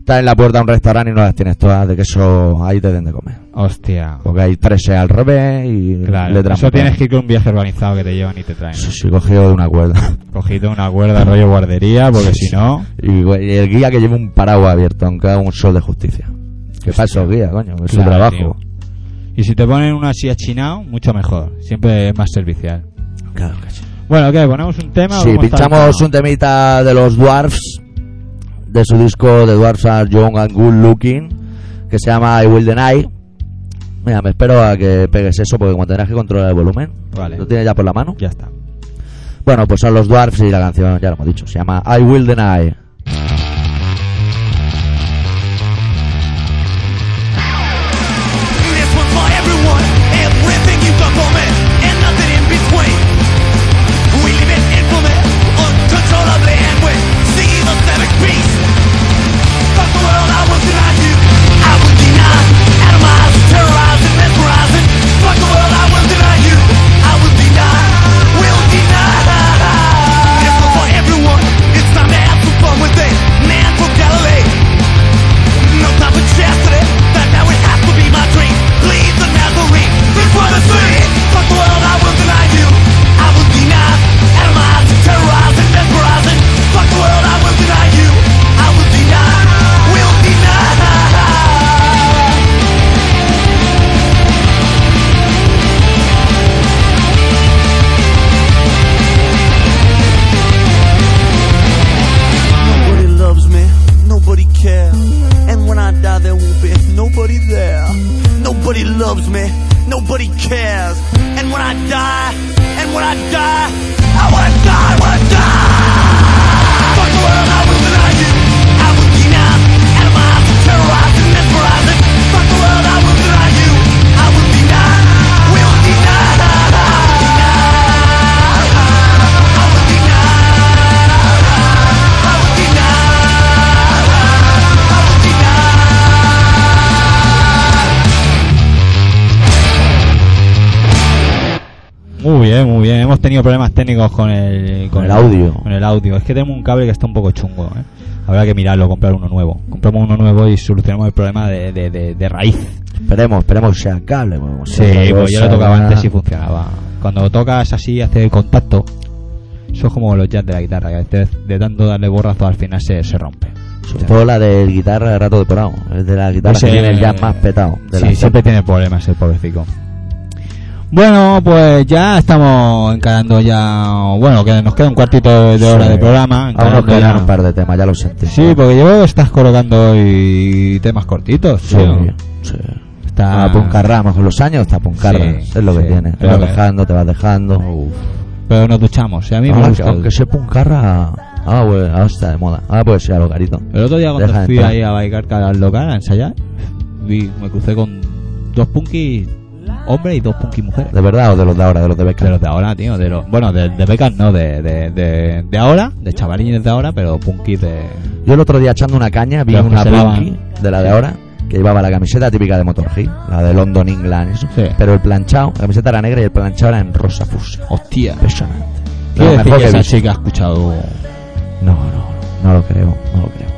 Speaker 1: estás en la puerta de un restaurante y no las tienes todas, de que eso ahí te den de comer.
Speaker 2: Hostia.
Speaker 1: Porque hay 13 al revés y
Speaker 2: Claro,
Speaker 1: letras
Speaker 2: eso
Speaker 1: muy
Speaker 2: tienes
Speaker 1: raras.
Speaker 2: que ir con un viaje organizado que te llevan y te traen.
Speaker 1: Sí, sí, cogido de una cuerda.
Speaker 2: Cogido una cuerda rollo guardería, porque si no.
Speaker 1: Y, güey, y el guía que lleva un paraguas abierto, aunque haga un sol de justicia. ¿Qué pasa, guía, coño? Es su
Speaker 2: Claro,
Speaker 1: trabajo.
Speaker 2: tío. Y si te ponen una así achinado, mucho mejor. Siempre es más servicial.
Speaker 1: Claro que sí.
Speaker 2: Bueno, ¿qué? ¿Ponemos un tema?
Speaker 1: Sí, pinchamos un
Speaker 2: tema.
Speaker 1: temita de los Dwarfs, de su disco The Dwarfs Are Young and Good Looking, que se llama I Will Deny. Mira, me espero a que pegues eso porque como tendrás que controlar el volumen,
Speaker 2: Vale.
Speaker 1: lo tienes ya por la mano.
Speaker 2: Ya está.
Speaker 1: Bueno, pues son los Dwarfs y la canción, ya lo hemos dicho, se llama I Will Deny.
Speaker 6: This one's for everyone, everything you've done for me, and nothing in between. We live in infamy, uncontrollably, and we see the savage beast. Fuck the world, I will deny you. I will deny, atomize, terrorize, and mesmerize. And fuck the world, I will deny you. I will deny, will deny. This one's for everyone, it's time to have some fun with it. Man from Galilee. No time for chastity, that now it has to be my dream. Bleed the Nazarene, free for the sea. Fuck the world, I will deny you. I will deny, atomize, terrorize, and mesmerize. And fuck the world, I will deny you. I will deny, will deny. Nobody loves me, nobody cares. And when I die, there won't be nobody there. Nobody loves me, nobody cares. And when I die, and when I die, I wanna die, I wanna die. Fuck the world, I will deny you. I will deny, atomize, terrorize, and mesmerize it. Fuck the world, I will deny you. I will deny, will deny. I will deny. I will deny. I will deny.
Speaker 2: Muy bien, muy bien. Hemos tenido problemas técnicos con el,
Speaker 1: Con el audio.
Speaker 2: Con el audio. Es que tenemos un cable que está un poco chungo. ¿eh? Habrá que mirarlo, comprar uno nuevo. Compramos uno nuevo y solucionamos el problema de, de, de- de raíz.
Speaker 1: Esperemos, esperemos que sea el cable. porque
Speaker 2: Sí,
Speaker 1: otra
Speaker 2: pues yo lo
Speaker 1: cosa,
Speaker 2: tocaba
Speaker 1: ya.
Speaker 2: antes y funcionaba. Cuando tocas así, haces el contacto. Eso es como los jazz de la guitarra, que a veces de tanto darle borrazo al final se, se rompe.
Speaker 1: Sobre todo la de guitarra de rato de porado. Es de las guitarras
Speaker 2: Ese-
Speaker 1: que tiene el jazz más petado. de
Speaker 2: Sí,
Speaker 1: las-
Speaker 2: siempre tiene problemas el pobrecito. Bueno, pues ya estamos encarando ya. Bueno, que nos queda un cuartito de hora
Speaker 1: Sí.
Speaker 2: de programa.
Speaker 1: Aún nos
Speaker 2: encarando
Speaker 1: quedan
Speaker 2: ya-
Speaker 1: un par de temas, ya lo sentí.
Speaker 2: Sí, pues porque yo estás colocando hoy temas cortitos.
Speaker 1: Sí,
Speaker 2: tío.
Speaker 1: sí.
Speaker 2: Está
Speaker 1: Ah, Poncarrama, con los años está Poncarra.
Speaker 2: Sí,
Speaker 1: es lo que
Speaker 2: sí,
Speaker 1: tiene. Te
Speaker 2: es
Speaker 1: vas
Speaker 2: verdad.
Speaker 1: dejando, te vas dejando.
Speaker 2: Pero nos duchamos, ¿eh? a mí
Speaker 1: Ahora
Speaker 2: me
Speaker 1: que-
Speaker 2: gusta.
Speaker 1: Ah, aunque sea Poncarra, ahora, vuelve- ahora está de moda. Ahora puede ser algo carito.
Speaker 2: El otro día cuando
Speaker 1: Deja de
Speaker 2: fui
Speaker 1: entrar.
Speaker 2: ahí a bailar al local a ensayar, vi, me crucé con dos punkis hombres y dos punkis mujeres.
Speaker 1: ¿De verdad o de los de ahora, de los de Becker?
Speaker 2: De los de ahora, tío. De los, bueno, de, de becas no, de, de, de, de ahora, de chavalines de ahora, pero punkis de.
Speaker 1: Yo el otro día echando una caña vi
Speaker 2: Los que
Speaker 1: una
Speaker 2: se lavan.
Speaker 1: punky de la de ahora que llevaba la camiseta típica de Motor Hill, la de London, England, eso.
Speaker 2: Sí.
Speaker 1: Pero el planchado, la camiseta era negra y el planchado era en rosa fucsia.
Speaker 2: Hostia.
Speaker 1: Impresionante.
Speaker 2: Quiero
Speaker 1: Lo
Speaker 2: decir
Speaker 1: mejor
Speaker 2: que
Speaker 1: que
Speaker 2: esa
Speaker 1: vi.
Speaker 2: chica ha escuchado.
Speaker 1: No, no, no lo creo, no lo creo.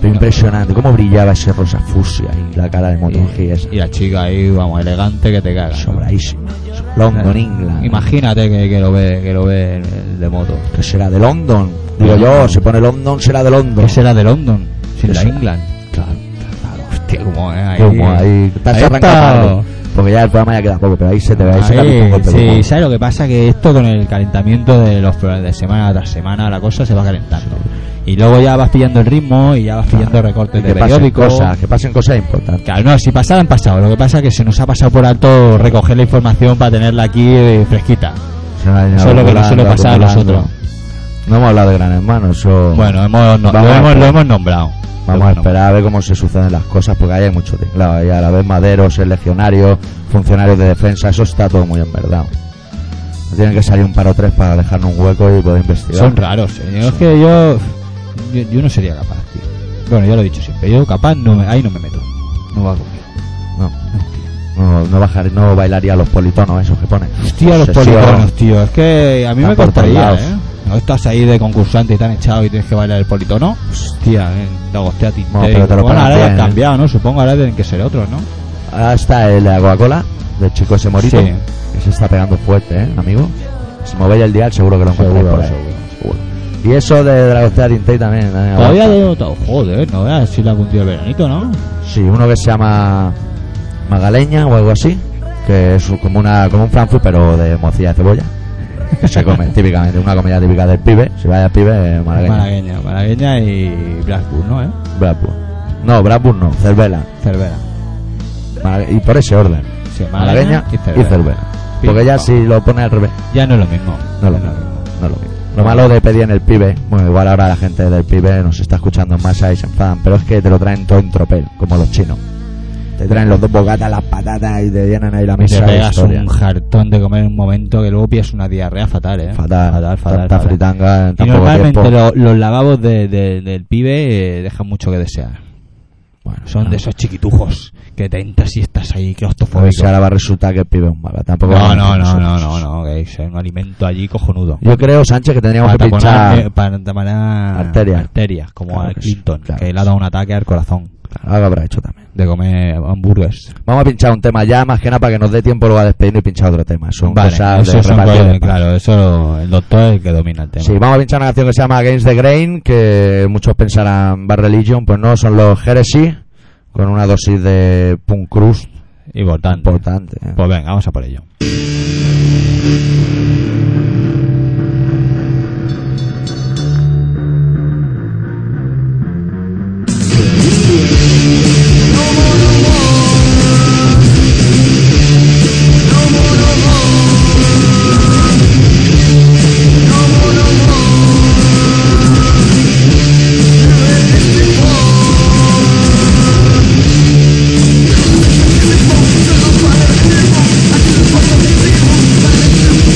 Speaker 1: Pero impresionante, cómo brillaba ese rosa fucsia y la cara de Motor Hill esa.
Speaker 2: Y la chica ahí, vamos, elegante que te cagas.
Speaker 1: Sobradísima. London, England.
Speaker 2: Imagínate que, que lo ve, que lo ve el, el de moto.
Speaker 1: Que será de London. Digo yo, si pone London, será de London.
Speaker 2: ¿Qué será de London? Sin
Speaker 1: ¿Qué
Speaker 2: la
Speaker 1: será?
Speaker 2: England.
Speaker 1: Claro.
Speaker 2: Hostia, como es ahí.
Speaker 1: Como ahí. Te has
Speaker 2: Ahí
Speaker 1: arrancado
Speaker 2: está.
Speaker 1: tarde, Porque ya el programa ya queda poco, pero ahí se te ve, ahí se te
Speaker 2: Ahí,
Speaker 1: ve un golpe de
Speaker 2: sí,
Speaker 1: humor.
Speaker 2: ¿sabes lo que pasa? Que esto con el calentamiento de los programas de semana tras semana, la cosa se va calentando. Y luego ya vas pillando el ritmo y ya vas pillando recortes
Speaker 1: Y
Speaker 2: de
Speaker 1: que pasen
Speaker 2: periódicos.
Speaker 1: cosas, que pasen cosas importantes.
Speaker 2: Claro, no, si pasaran han pasado. Lo que pasa es que se nos ha pasado por alto recoger la información para tenerla aquí eh, fresquita.
Speaker 1: Se van
Speaker 2: Eso es lo que nos suele
Speaker 1: acumulando,
Speaker 2: pasar a
Speaker 1: acumulando.
Speaker 2: nosotros.
Speaker 1: No hemos hablado de Gran Hermano, eso.
Speaker 2: Bueno, hemos,
Speaker 1: Vamos
Speaker 2: no- lo,
Speaker 1: a
Speaker 2: hemos,
Speaker 1: esperar.
Speaker 2: lo hemos nombrado.
Speaker 1: Vamos a esperar a ver cómo se suceden las cosas, porque ahí hay mucho tinglado. Ahí a la vez maderos, el legionario, funcionarios de defensa, eso está todo muy enverdado. Tienen que salir un par o tres para dejarnos un hueco y poder investigar.
Speaker 2: Son raros, señor. Es que yo, yo. yo no sería capaz, tío. Bueno, ya lo he dicho siempre. Yo capaz, no me- ahí no me meto. No va conmigo.
Speaker 1: No. No, no, bajar, no bailaría los politonos esos que ponen.
Speaker 2: Hostia, los
Speaker 1: Obsesión.
Speaker 2: politonos, tío. Es que a mí
Speaker 1: Están por
Speaker 2: me
Speaker 1: todos
Speaker 2: costaría,
Speaker 1: lados.
Speaker 2: ¿eh? No estás ahí de concursante y tan echado y tienes que bailar el politono. Hostia, eh, dagostea tinte.
Speaker 1: Bueno, pero te lo
Speaker 2: bueno,
Speaker 1: pagan
Speaker 2: ahora ya
Speaker 1: bien,
Speaker 2: han
Speaker 1: ¿eh?
Speaker 2: cambiado, ¿no? Supongo ahora tienen que ser otros, ¿no?
Speaker 1: Ahora está el de Coca-Cola, del chico ese morito,
Speaker 2: Sí.
Speaker 1: que se está pegando fuerte, ¿eh, amigo? Si movéis el dial seguro que lo encontráis
Speaker 2: Seguro,
Speaker 1: por ahí. Y eso de Dragostea Tintei también. también
Speaker 2: Todavía
Speaker 1: aguanta.
Speaker 2: lo he notado. Joder, no veas si la ha cundido el veranito, ¿no?
Speaker 1: Sí, uno que se llama Magaleña o algo así, que es como una como un Frankfurt pero de morcilla de cebolla. Que se come típicamente, una comida típica del pibe. Si vaya al pibe, eh, es malagueña.
Speaker 2: Malagueña, malagueña y Blackpool, ¿no? ¿Eh?
Speaker 1: Bradburn. No, Bradburn no, Cervela.
Speaker 2: Cervera.
Speaker 1: Malague- Y por ese orden.
Speaker 2: Sí,
Speaker 1: Malagueña y Cervera.
Speaker 2: Pim,
Speaker 1: Porque ya
Speaker 2: pam.
Speaker 1: si lo pone al revés,
Speaker 2: Ya no es lo mismo.
Speaker 1: no lo no lo Lo malo de pedir en el pibe, bueno, igual ahora la gente del pibe nos está escuchando en masa y se enfadan, pero es que te lo traen todo en tropel, como los chinos. Te traen los dos bocatas, las patatas y te llenan ahí la
Speaker 2: Y te
Speaker 1: mesa. de
Speaker 2: pegas
Speaker 1: historia.
Speaker 2: un jartón de comer en un momento que luego pillas una diarrea fatal, ¿eh?
Speaker 1: Fatal,
Speaker 2: fatal, fatal.
Speaker 1: Tanta
Speaker 2: fatal.
Speaker 1: fritanga en tan
Speaker 2: Y
Speaker 1: poco tiempo.
Speaker 2: normalmente lo- los lavabos de- de- del pibe eh, dejan mucho que desear.
Speaker 1: Bueno,
Speaker 2: Son de esos chiquitujos que te entras y estás ahí
Speaker 1: Ah. A ver si
Speaker 2: claustrofóbico.
Speaker 1: Pues ahora va a resultar que el pibe es un vaga. Tampoco
Speaker 2: No,
Speaker 1: vamos
Speaker 2: no,
Speaker 1: a
Speaker 2: no,
Speaker 1: hacer
Speaker 2: no,
Speaker 1: eso.
Speaker 2: no, no, que es un alimento allí cojonudo.
Speaker 1: Yo creo, Sánchez, que tendríamos
Speaker 2: Para
Speaker 1: que
Speaker 2: taponar,
Speaker 1: pinchar.
Speaker 2: eh, para taponar
Speaker 1: arterias.
Speaker 2: arterias, como
Speaker 1: Claro
Speaker 2: a
Speaker 1: que sí,
Speaker 2: Clinton,
Speaker 1: claro
Speaker 2: que
Speaker 1: que
Speaker 2: le ha dado un ataque al corazón
Speaker 1: Algo habrá hecho también.
Speaker 2: de comer hamburgues.
Speaker 1: Vamos a pinchar un tema ya, más que nada para que nos dé tiempo luego a despedirnos y pinchar otro tema. Son
Speaker 2: Vale,
Speaker 1: cosas
Speaker 2: eso
Speaker 1: de
Speaker 2: es un
Speaker 1: repartir
Speaker 2: co-
Speaker 1: de pan.
Speaker 2: claro, eso el doctor es el que domina el tema.
Speaker 1: Sí, vamos a pinchar una canción que se llama Against the Grain, que muchos pensarán Bad Religion, pues no, son los Heresy, con una dosis de punk crust
Speaker 2: Importante.
Speaker 1: importante. ¿eh?
Speaker 2: Pues venga, vamos a por ello.
Speaker 7: Thank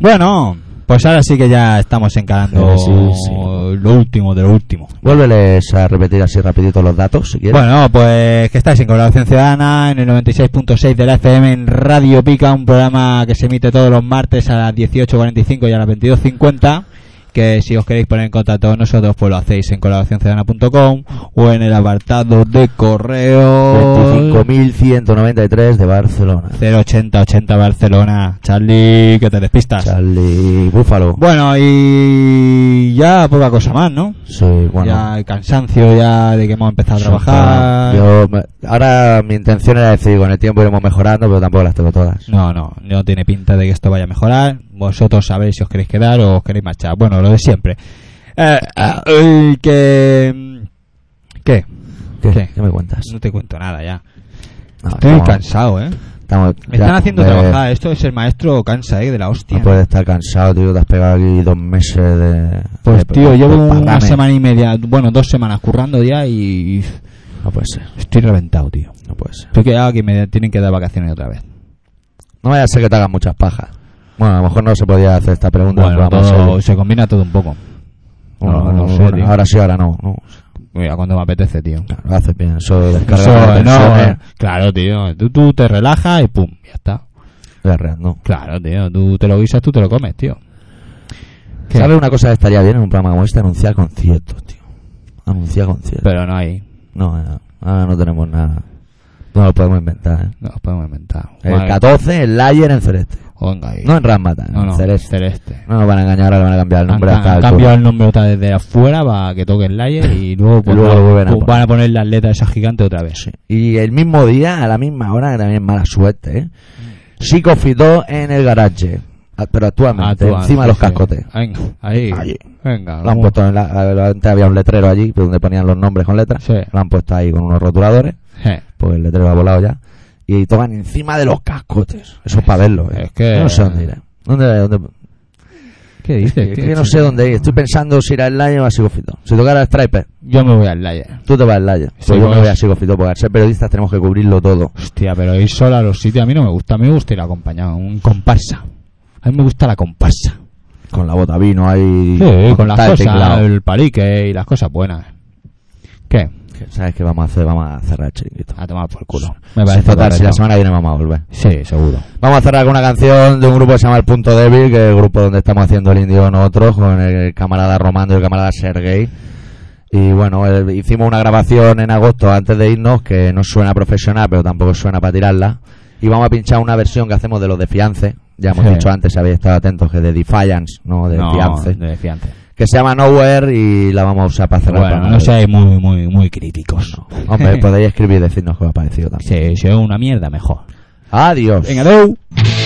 Speaker 2: Bueno, pues ahora sí que ya estamos encarando
Speaker 1: Sí, sí.
Speaker 2: lo último de lo último.
Speaker 1: Vuélveles a repetir así rapidito los datos, si quieres.
Speaker 2: Bueno, pues que estáis en Colaboración Ciudadana, en el 96.6 de la FM, en Radio Pica, un programa que se emite todos los martes a las 18.45 y a las 22.50, que si os queréis poner en contacto con nosotros, pues lo hacéis en colaboracionciudadana.com o en el apartado de correo
Speaker 1: 25.193 de Barcelona.
Speaker 2: 08080 Barcelona. Charlie, que te despistas.
Speaker 1: Charlie Búfalo.
Speaker 2: Bueno, y ya poca cosa más, ¿no?
Speaker 1: Sí, bueno.
Speaker 2: Ya el cansancio ya de que hemos empezado a trabajar.
Speaker 1: Yo me- ahora mi intención era decir, con el tiempo iremos mejorando, pero tampoco las tengo todas.
Speaker 2: No, no, no tiene pinta de que esto vaya a mejorar. Vosotros sabéis si os queréis quedar o os queréis marchar. Bueno, lo de siempre. Eh, ah, uy, que... mm, ¿Qué?
Speaker 1: ¿Qué,
Speaker 2: ¿Qué?
Speaker 1: ¿Qué me cuentas?
Speaker 2: No te cuento nada ya.
Speaker 1: No,
Speaker 2: Estoy
Speaker 1: estamos-
Speaker 2: cansado, ¿eh?
Speaker 1: estamos-
Speaker 2: Me
Speaker 1: ya,
Speaker 2: están haciendo
Speaker 1: eh,
Speaker 2: trabajar. Esto es el maestro cansa, ¿eh? De la hostia.
Speaker 1: No puedes estar cansado, tío. Te has pegado aquí dos meses de.
Speaker 2: Pues
Speaker 1: de-
Speaker 2: tío,
Speaker 1: de-
Speaker 2: llevo
Speaker 1: de
Speaker 2: una
Speaker 1: parrame.
Speaker 2: semana y media, bueno, dos semanas currando ya y
Speaker 1: No puede ser,
Speaker 2: estoy reventado, tío.
Speaker 1: no puede ser.
Speaker 2: Estoy quedado que me tienen que dar vacaciones otra vez.
Speaker 1: No vaya a ser que te hagas muchas pajas. Bueno, a lo mejor no se podía hacer esta pregunta.
Speaker 2: Bueno,
Speaker 1: pero vamos a
Speaker 2: todo-
Speaker 1: ver.
Speaker 2: se combina todo un poco.
Speaker 1: Bueno,
Speaker 2: no, no sé,
Speaker 1: bueno,
Speaker 2: tío.
Speaker 1: ahora sí, ahora no. no.
Speaker 2: Mira, cuando me apetece, tío.
Speaker 1: Claro, haces bien, eso de descarga ¿eh?
Speaker 2: Eso,
Speaker 1: de
Speaker 2: no, eh.
Speaker 1: tensiones,
Speaker 2: claro, tío. Tú, tú te relajas y pum, ya está.
Speaker 1: eh, de red, no.
Speaker 2: Claro, tío. Tú te lo guisas, tú te lo comes, tío. ¿Qué?
Speaker 1: ¿Sabes una cosa que estaría bien en un programa como este? Anunciar conciertos, tío. Anunciar conciertos.
Speaker 2: Pero no hay.
Speaker 1: No, eh, ahora no tenemos nada. No lo podemos inventar, ¿eh?
Speaker 2: No los podemos inventar.
Speaker 1: El
Speaker 2: Vale.
Speaker 1: 14 en Layer en Celeste.
Speaker 2: Venga ahí.
Speaker 1: No en Ramata,
Speaker 2: no, no,
Speaker 1: en Celeste.
Speaker 2: Celeste.
Speaker 1: No nos van a engañar, ahora le van a cambiar el
Speaker 2: Han,
Speaker 1: nombre hasta
Speaker 2: han
Speaker 1: el
Speaker 2: cambiado
Speaker 1: turno.
Speaker 2: el nombre otra vez de afuera para que toque el layer y luego, pues,
Speaker 1: Luego
Speaker 2: van-
Speaker 1: lo vuelven a
Speaker 2: pues,
Speaker 1: poner.
Speaker 2: van a poner las letras esas gigantes otra vez.
Speaker 1: Sí. Y el mismo día, a la misma hora, que también es mala suerte, ¿eh? Psicofitó en el garage. Ah, Pero
Speaker 2: Ah,
Speaker 1: actualmente,
Speaker 2: tú, ah,
Speaker 1: encima de los
Speaker 2: sí, sí.
Speaker 1: cascotes.
Speaker 2: Venga, ahí.
Speaker 1: Ahí.
Speaker 2: Venga.
Speaker 1: Lo han
Speaker 2: vamos.
Speaker 1: puesto en la- eh, antes había un letrero allí pues, donde ponían los nombres con letras.
Speaker 2: Sí.
Speaker 1: Lo han puesto ahí con unos rotuladores,
Speaker 2: Eh,
Speaker 1: porque pues el letrero ha volado ya. Y tocan encima de los cascotes. Eso es para verlo. ¿eh?
Speaker 2: Es que-
Speaker 1: Yo no sé dónde iré. ¿Dónde, dónde-
Speaker 2: ¿Qué dices,
Speaker 1: es
Speaker 2: tío?
Speaker 1: que yo no sé dónde ir. Estoy pensando si ir al Lion o a Psicofito. Si tocara Striper,
Speaker 2: Yo me voy al layer.
Speaker 1: tú te vas al Lion. Pues
Speaker 2: Sí,
Speaker 1: yo me
Speaker 2: pues-
Speaker 1: voy a Psicofito, porque al ser periodistas tenemos que cubrirlo todo.
Speaker 2: Hostia, pero ir sola a los sitios a mí no me gusta. A mí me gusta ir acompañado, un comparsa. A mí me gusta la comparsa.
Speaker 1: Con la bota vino ahí.
Speaker 2: Sí, con las
Speaker 1: tal
Speaker 2: cosas,
Speaker 1: teclado.
Speaker 2: el palique y las cosas buenas. ¿Qué?
Speaker 1: ¿Sabes qué vamos a hacer? Vamos a cerrar el chiringuito.
Speaker 2: A tomar por culo.
Speaker 1: Sí,
Speaker 2: Me parece
Speaker 1: total, si la
Speaker 2: correcto.
Speaker 1: semana viene vamos a volver.
Speaker 2: Sí, seguro.
Speaker 1: Vamos a cerrar con una canción de un grupo que se llama El Punto Débil, que es el grupo donde estamos haciendo el indio nosotros, con el camarada Romano y el camarada Sergey. Y bueno, eh, hicimos una grabación en agosto antes de irnos, que no suena profesional, pero tampoco suena para tirarla. Y vamos a pinchar una versión que hacemos de los de Fiance. Ya hemos
Speaker 2: Sí.
Speaker 1: dicho antes, si habéis estado atentos, que de Defiance, no de
Speaker 2: no,
Speaker 1: Fiance.
Speaker 2: de fiance.
Speaker 1: Que se llama Nowhere y la vamos a usar para cerrar. el
Speaker 2: Bueno,
Speaker 1: programa.
Speaker 2: no seáis muy, muy, muy críticos.
Speaker 1: Hombre, podéis escribir y decirnos qué os ha parecido también.
Speaker 2: sí, si es una mierda, mejor.
Speaker 1: Adiós.
Speaker 2: Venga, tú.